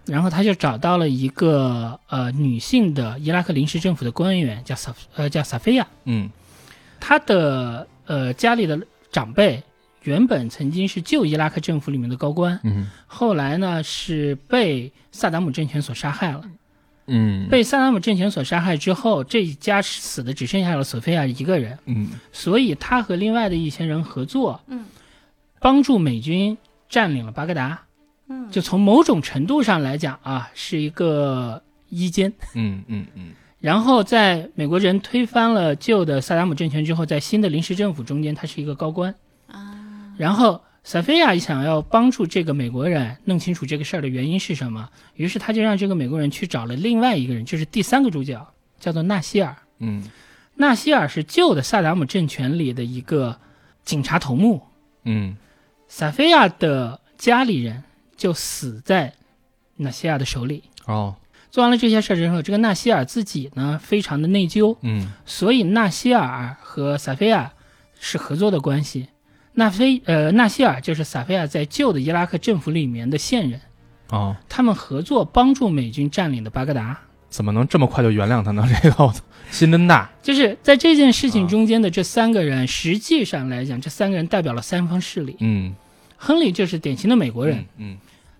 C: 然后他就找到了一个呃女性的伊拉克临时政府的官员，叫萨呃叫萨菲亚，
B: 嗯
C: 她的呃家里的长辈原本曾经是旧伊拉克政府里面的高官，
B: 嗯
C: 后来呢是被萨达姆政权所杀害了。
B: 嗯
C: 被萨达姆政权所杀害之后，这一家死的只剩下了索菲亚一个人，
B: 嗯
C: 所以他和另外的一些人合作，
A: 嗯
C: 帮助美军占领了巴格达。
A: 嗯，
C: 就从某种程度上来讲啊，是一个一奸。
B: 嗯嗯嗯
C: 然后在美国人推翻了旧的萨达姆政权之后，在新的临时政府中间，他是一个高官。
A: 啊，
C: 然后萨菲亚想要帮助这个美国人弄清楚这个事儿的原因是什么，于是他就让这个美国人去找了另外一个人，就是第三个主角，叫做纳希尔。
B: 嗯
C: 纳希尔是旧的萨达姆政权里的一个警察头目。
B: 嗯
C: 萨菲亚的家里人就死在纳希尔的手里。
B: 哦
C: 做完了这些事儿之后，这个纳希尔自己呢非常的内疚，
B: 嗯
C: 所以纳希尔和萨菲亚是合作的关系。纳菲呃纳希尔就是萨菲亚在旧的伊拉克政府里面的线人，
B: 哦，
C: 他们合作帮助美军占领的巴格达。
B: 怎么能这么快就原谅他呢？这个我操，心真大。
C: 就是在这件事情中间的这三个人，实际上来讲，这三个人代表了三方势力。
B: 嗯，
C: 亨利就是典型的美国人，
B: 嗯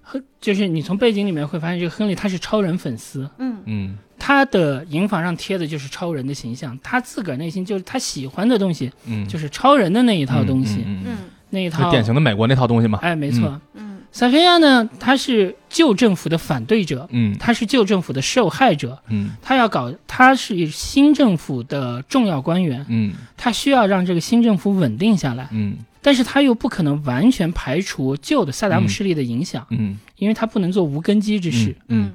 C: 亨就是你从背景里面会发现，这个亨利他是超人粉丝，
A: 嗯
B: 嗯
C: 他的营房上贴的就是超人的形象，他自个儿内心就是他喜欢的东西，
B: 嗯，
C: 就是是超人的那一套东西，
B: 嗯，
A: 嗯
C: 那一
B: 就
C: 套
B: 典型的美国那套东西嘛。
C: 哎，没错。
A: 嗯
C: 萨菲亚呢，他是旧政府的反对者，
B: 嗯
C: 他是旧政府的受害者，
B: 嗯
C: 他要搞，他是新政府的重要官员，
B: 嗯
C: 他需要让这个新政府稳定下来，
B: 嗯
C: 但是他又不可能完全排除旧的萨达姆势力的影响，
B: 嗯，
C: 因为他不能做无根基之事。
B: 嗯
A: 嗯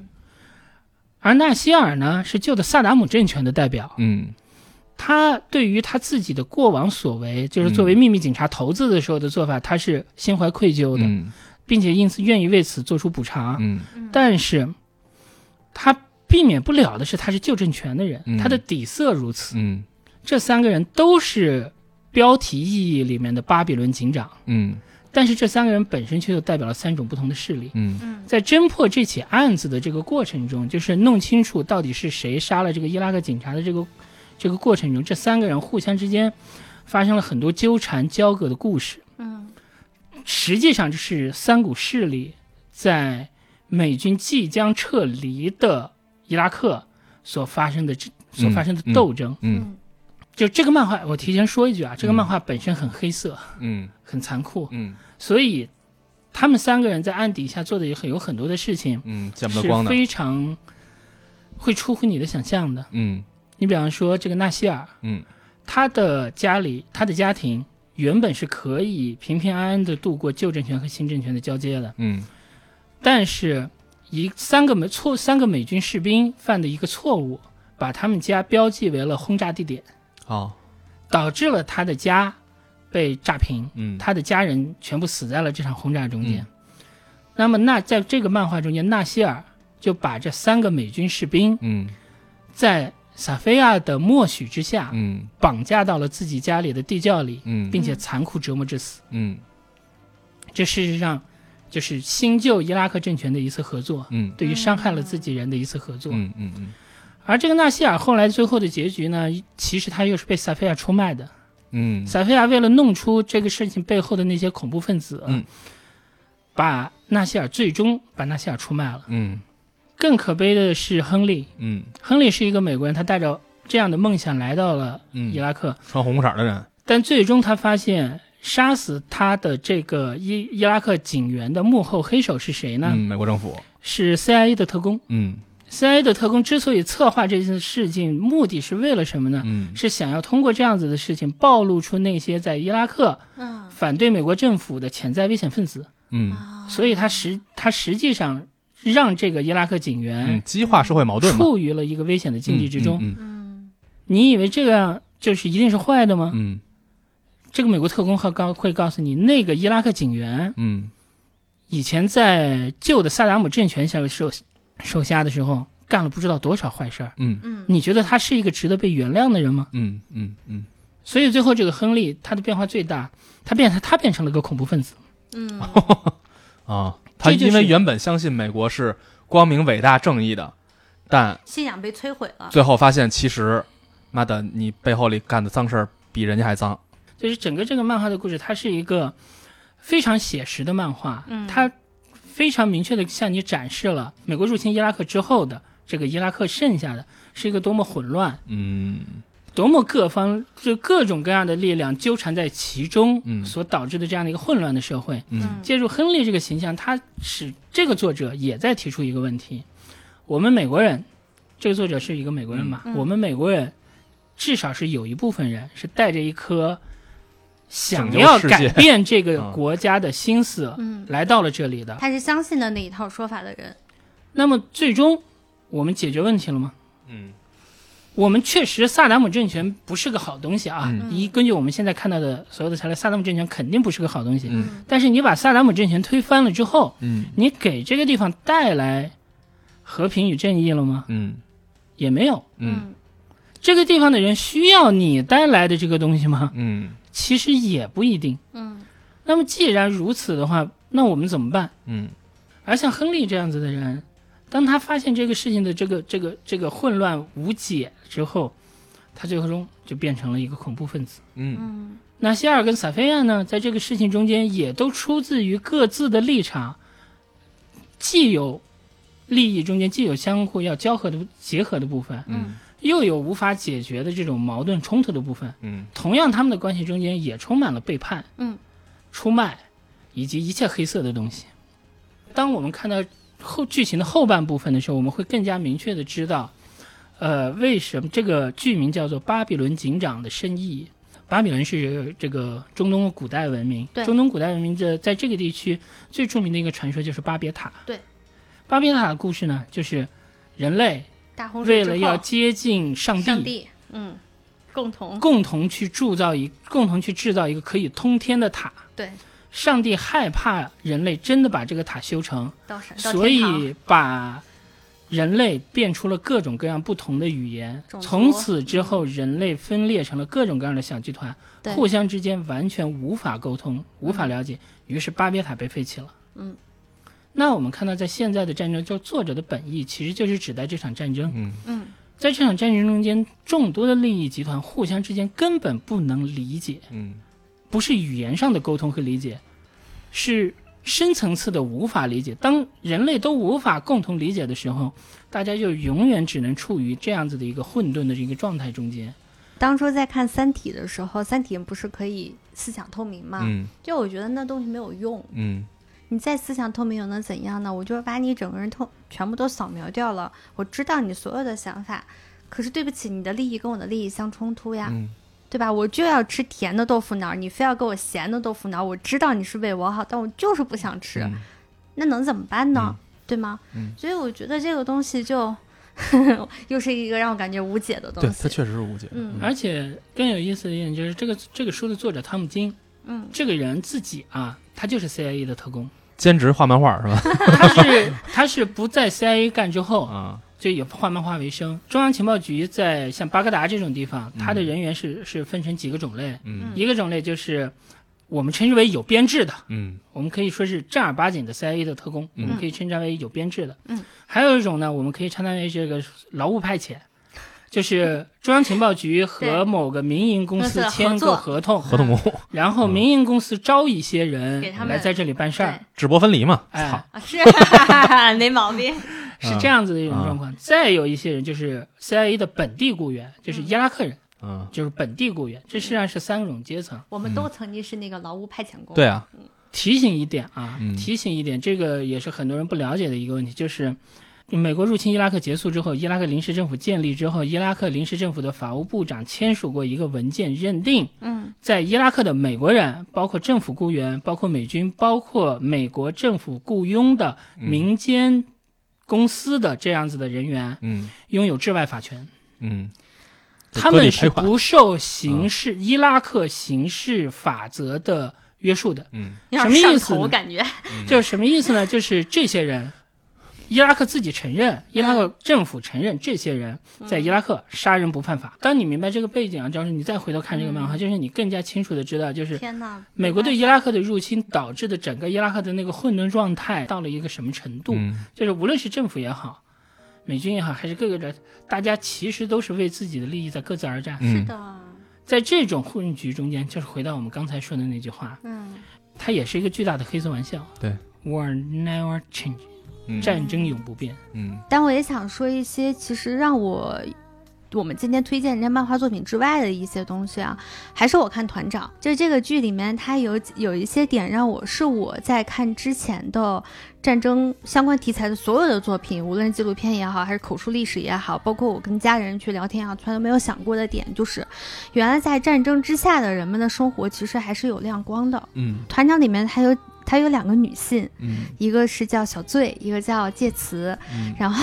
C: 而纳希尔呢，是旧的萨达姆政权的代表，
B: 嗯
C: 他对于他自己的过往所为，就是作
B: 嗯
C: 为秘密警察头子的时候的做法，他是心怀愧疚的，
B: 嗯
C: 并且因此愿意为此做出补偿。
B: 嗯
A: 嗯，
C: 但是，他避免不了的是，他是旧政权的人，
B: 嗯
C: 他的底色如此。
B: 嗯
C: 这三个人都是标题意义里面的巴比伦警长，
B: 嗯
C: 但是这三个人本身却又代表了三种不同的势力。
B: 嗯
A: 嗯
C: 在侦破这起案子的这个过程中，就是弄清楚到底是谁杀了这个伊拉克警察的这个这个过程中，这三个人互相之间发生了很多纠缠交葛的故事。
A: 嗯
C: 实际上，这是三股势力在美军即将撤离的伊拉克所发生的这所发生的斗争。
B: 嗯
C: 就这个漫画，我提前说一句啊，这个漫画本身很黑色，
B: 嗯
C: 很残酷，
B: 嗯
C: 所以他们三个人在案底下做的也很有很多的事情。
B: 嗯，见不得光
C: 是
B: 的。
C: 非常会出乎你的想象的。
B: 嗯
C: 你比方说这个纳希尔，
B: 嗯
C: 他的家里，他的家庭原本是可以平平安安的度过旧政权和新政权的交接的，
B: 嗯
C: 但是一三个美错三个美军士兵犯的一个错误，把他们家标记为了轰炸地点，
B: 哦
C: 导致了他的家被炸平，
B: 嗯
C: 他的家人全部死在了这场轰炸中间。
B: 嗯
C: 那么那在这个漫画中间，纳希尔就把这三个美军士兵
B: 嗯
C: 在萨菲亚的默许之下，
B: 嗯
C: 绑架到了自己家里的地窖里，
B: 嗯
C: 并且残酷折磨致死。
B: 嗯
C: 这事实上就是新旧伊拉克政权的一次合作，
B: 嗯
C: 对于伤害了自己人的一次合作。
B: 嗯嗯
C: 而这个纳希尔后来最后的结局呢，其实他又是被萨菲亚出卖的。
B: 嗯
C: 萨菲亚为了弄出这个事情背后的那些恐怖分子，
B: 嗯
C: 把纳希尔最终把纳希尔出卖了。
B: 嗯
C: 更可悲的是亨利，
B: 嗯
C: 亨利是一个美国人，他带着这样的梦想来到了伊
B: 嗯，
C: 拉克。
B: 穿红色的人。
C: 但最终他发现，杀死他的这个伊伊拉克警员的幕后黑手是谁呢？
B: 嗯，美国政府。
C: 是 CIA 的特工。
B: 嗯
C: CIA 的特工之所以策划这件事情，目的是为了什么呢？
B: 嗯
C: 是想要通过这样子的事情暴露出那些在伊拉克
A: 嗯
C: 反对美国政府的潜在危险分子，
B: 嗯
A: 啊，
C: 所以他实他实际上让这个伊拉克警
B: 嗯
C: 员，
B: 激化社会矛盾嘛，
C: 处于了一个危险的境地之中。
B: 嗯
A: 嗯
C: 你以为这样就是一定是坏的吗？
B: 嗯
C: 这个美国特工会告会告诉你，那个伊拉克警员
B: 嗯
C: 以前在旧的萨达姆政权下手手下的时候，干了不知道多少坏事儿。
B: 嗯
A: 嗯
C: 你觉得他是一个值得被原谅的人吗？
B: 嗯嗯嗯
C: 所以最后这个亨利他的变化最大，他变他变成了个恐怖分子。
A: 嗯
B: 啊，他
C: 这就是
B: 因为原本相信美国是光明、伟大、正义的，但
A: 信仰被摧毁了。
B: 最后发现其实，妈的，你背后里干的脏事儿比人家还脏。
C: 就是整个这个漫画的故事，它是一个非常写实的漫画，
A: 嗯
C: 它非常明确的向你展示了美国入侵伊拉克之后的这个伊拉克剩下的是一个多么混乱，
B: 嗯
C: 多么各方就各种各样的力量纠缠在其中，
B: 嗯
C: 所导致的这样的一个混乱的社会。
B: 嗯
C: 借助亨利这个形象，他使这个作者也在提出一个问题：我们美国人，这个作者是一个美国人嘛？
A: 嗯嗯
C: 我们美国人至少是有一部分人是带着一颗想要改变这个国家的心思
A: 嗯，
C: 来到了这里的。
A: 他是相信了那一套说法的人。
C: 那么最终，我们解决问题了吗？
B: 嗯
C: 我们确实，萨达姆政权不是个好东西啊！
B: 嗯
C: 一根据我们现在看到的所有的材料，萨达姆政权肯定不是个好东西。
B: 嗯
C: 但是你把萨达姆政权推翻了之后，
B: 嗯
C: 你给这个地方带来和平与正义了吗？
B: 嗯
C: 也没有。
B: 嗯
C: 这个地方的人需要你带来的这个东西吗？
B: 嗯
C: 其实也不一定。
A: 嗯
C: 那么既然如此的话，那我们怎么办？
B: 嗯
C: 而像亨利这样子的人，当他发现这个事情的这个这个这个混乱无解之后，他最终就变成了一个恐怖分子。
B: 嗯
A: 嗯
C: 纳希尔跟萨菲亚呢，在这个事情中间也都出自于各自的立场，既有利益中间既有相互要交合的结合的部分，
B: 嗯
C: 又有无法解决的这种矛盾冲突的部分。
B: 嗯
C: 同样，他们的关系中间也充满了背叛、
A: 嗯
C: 出卖以及一切黑色的东西。当我们看到后剧情的后半部分的时候，我们会更加明确的知道，呃，为什么这个剧名叫做《巴比伦警长的深意》。巴比伦是这个中东古代文明，
A: 对
C: 中东古代文明的在这个地区最著名的一个传说就是巴别塔。
A: 对，
C: 巴别塔的故事呢，就是人类
A: 大洪水
C: 为
A: 之
C: 了
A: 后
C: 要接近
A: 上帝，嗯，共同
C: 共同去铸造一，共同去制造一个可以通天的塔。
A: 对
C: 上帝害怕人类真的把这个塔修成，
A: 到神到
C: 所
A: 天堂
C: 以把人类变出了各种各样不同的语言。
A: 种族
C: 从此之后，人类分裂成了各种各样的小集团，
A: 对
C: 互相之间完全无法沟通、无法了解，于是巴别塔被废弃了。
A: 嗯。
C: 那我们看到，在现在的战争，就作者的本意其实就是指代这场战争。
B: 嗯
A: 嗯
C: 在这场战争中间，众多的利益集团互相之间根本不能理解，
B: 嗯
C: 不是语言上的沟通和理解，是深层次的无法理解。当人类都无法共同理解的时候，大家就永远只能处于这样子的一个混沌的一个状态中间。
A: 当初在看《三体》的时候，《三体》不是可以思想透明吗？
B: 嗯
A: 就我觉得那东西没有用，
B: 嗯
A: 你再思想透明又能怎样呢？我就是把你整个人透全部都扫描掉了，我知道你所有的想法，可是对不起，你的利益跟我的利益相冲突呀，
B: 嗯
A: 对吧？我就要吃甜的豆腐脑，你非要给我咸的豆腐脑，我知道你是为我好，但我就是不想吃，
C: 嗯
A: 那能怎么办呢？对吗？
B: 嗯
A: 所以我觉得这个东西 就又是一个让我感觉无解的东
B: 对
A: 西
B: 他。确实是误解。
A: 嗯
C: 而且更有意思的一点就是，这个这个书的作者汤姆金
A: 嗯
C: 这个人自己啊，他就是 CIA 的特工，
B: 兼职画漫画是吧？
C: 他是他是不在 CIA 干之后
B: 啊，
C: 就以画漫画为生。中央情报局在像巴格达这种地方，它的人员是是分成几个种类，
B: 嗯
C: 一个种类就是我们称之为有编制的，
B: 嗯
C: 我们可以说是正儿八经的 CIA 的特工，
B: 嗯
C: 我们可以称之为有编制的。
A: 嗯，
C: 还有一种呢，我们可以称它为这个劳务派遣。就是中央情 报局
A: 对
C: 和某个民营公司
A: 公司
C: 签个合同，
B: 合同工
C: 然后民营公司招一些
A: 给
C: 人
A: 他们
C: 来在这里办事儿，
B: 直播分离嘛？
C: 哎
B: 操，
A: 啊，是啊 没毛病。
C: 嗯是这样子的一种状况。再有一些人就是 CIA 的本地雇员，就是伊拉克人，
B: 嗯，
C: 就是本地雇员，这实际上是三种阶层。
A: 我们都曾经是那个劳务派遣工。
B: 对啊，
C: 提醒一点啊
B: 嗯，
C: 提醒一点，这个也是很多人不了解的一个问题，就是美国入侵伊拉克结束之后，伊拉克临时政府建立之后，伊拉克临时政府的法务部长签署过一个文件，认定
A: 嗯
C: 在伊拉克的美国人，包括政府雇员，包括美军，包括美国政府雇佣的民间公司的这样子的人员，
B: 嗯
C: 拥有治外法权。
B: 嗯，
C: 他们
B: 割
C: 是
B: 地赔款
C: 不受刑
B: 嗯
C: 事、伊拉克刑事法则的约束的。
B: 嗯
A: 有点
C: 什么意
A: 上
C: 思
A: 头
C: 呢
A: 感觉，
C: 就是什么意思呢？就是这些人，伊拉克自己承
B: 嗯
C: 认，伊拉克政府承认这些人在伊拉克杀人不犯法。当你明白这个背景啊，张师，你再回头看这个
B: 嗯
C: 漫画，就是你更加清楚的知道，就是
A: 天哪！
C: 美国对伊拉克的入侵导致的整个伊拉克的那个混沌状态到了一个什么程度？
B: 嗯
C: 就是无论是政府也好，美军也好，还是各个的，大家其实都是为自己的利益在各自而战。
A: 是
B: 嗯
A: 的，
C: 在这种混局中间，就是回到我们刚才说的那句话，
A: 嗯，
C: 它也是一个巨大的黑色玩笑。
B: 对
C: ，War never change，
B: 嗯
C: 战争永不变。
B: 嗯
A: 但我也想说一些，其实让我我们今天推荐人家漫画作品之外的一些东西啊，还是我看团长，就是这个剧里面它有有一些点让我是我在看之前的战争相关题材的所有的作品，无论是纪录片也好，还是口述历史也好，包括我跟家人去聊天啊，从来都没有想过的点，就是原来在战争之下的人们的生活其实还是有亮光的。
B: 嗯
A: 团长里面它有它有两个女性，
B: 嗯
A: 一个是叫小醉，一个叫介词。
B: 嗯
A: 然后，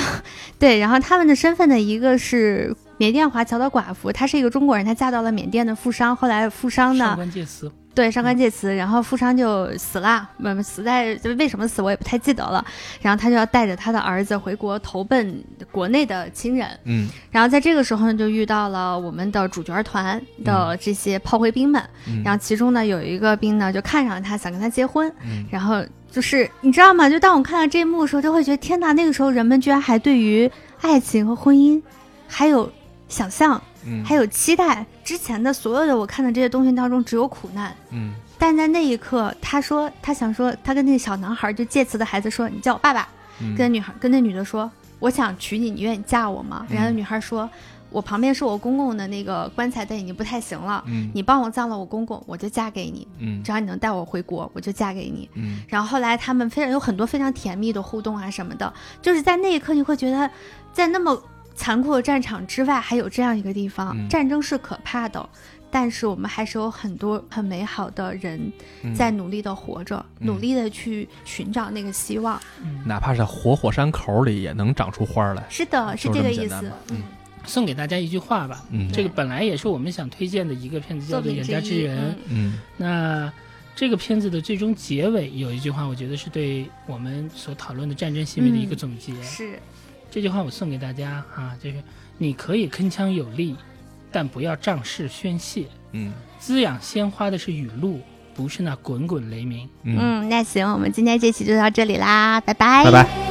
A: 对，然后他们的身份呢，一个是缅甸华侨的寡妇，她是一个中国人，她嫁到了缅甸的富商，后来富商
C: 上
A: 呢，
C: 官介词，
A: 对上官介词，然后富商就死了，嗯，死在就为什么死我也不太记得了，然后他就要带着他的儿子回国投奔国内的亲人，
B: 嗯
A: 然后在这个时候呢，就遇到了我们的主角团的这些炮灰兵们，
B: 嗯，
A: 然后其中呢有一个兵呢就看上了他，想跟他结婚，
B: 嗯
A: 然后就是你知道吗？就当我看到这一幕的时候，就会觉得天哪，那个时候人们居然还对于爱情和婚姻，还有想象，
B: 嗯
A: 还有期待。之前的所有的我看的这些东西当中，只有苦难。
B: 嗯
A: 但在那一刻，他说他想说，他跟那个小男孩就借词的孩子说：“你叫我爸爸。”
B: 嗯
A: 跟女孩跟那女的说：“我想娶你，你愿意嫁我吗？”
B: 嗯
A: 然后女孩说：“我旁边是我公公的那个棺材，但已经不太行了。
B: 嗯
A: 你帮我葬了我公公，我就嫁给你。
B: 嗯
A: 只要你能带我回国，我就嫁给你。”
B: 嗯
A: 然后后来他们非常有很多非常甜蜜的互动啊什么的，就是在那一刻你会觉得，在那么残酷的战场之外，还有这样一个地方，
B: 嗯
A: 战争是可怕的，但是我们还是有很多很美好的人
B: 嗯
A: 在努力的活着，
B: 嗯
A: 努力的去寻找那个希望。
C: 嗯，
B: 哪怕是活火山口里也能长出花儿来。
A: 是的，是
B: 就
A: 这
B: 这
A: 个
B: 么
A: 意
B: 简单
A: 思
B: 吧。嗯
C: 送给大家一句话吧。
B: 嗯
C: 这个本来也是我们想推荐的一个片子，
A: 作
C: 叫做《
A: 品
C: 远
A: 之
C: 嫁之
A: 一，
C: 人》。
B: 嗯
C: 那这个片子的最终结尾有一句话，我觉得是对我们所讨论的战争行为的一个总结。
A: 嗯、是
C: 这句话我送给大家啊，就是你可以铿锵有力，但不要仗势宣泄。
B: 嗯
C: 滋养鲜花的是雨露，不是那滚滚雷鸣。
B: 嗯，
A: 嗯，那行，我们今天这期就到这里啦，拜拜，
B: 拜拜。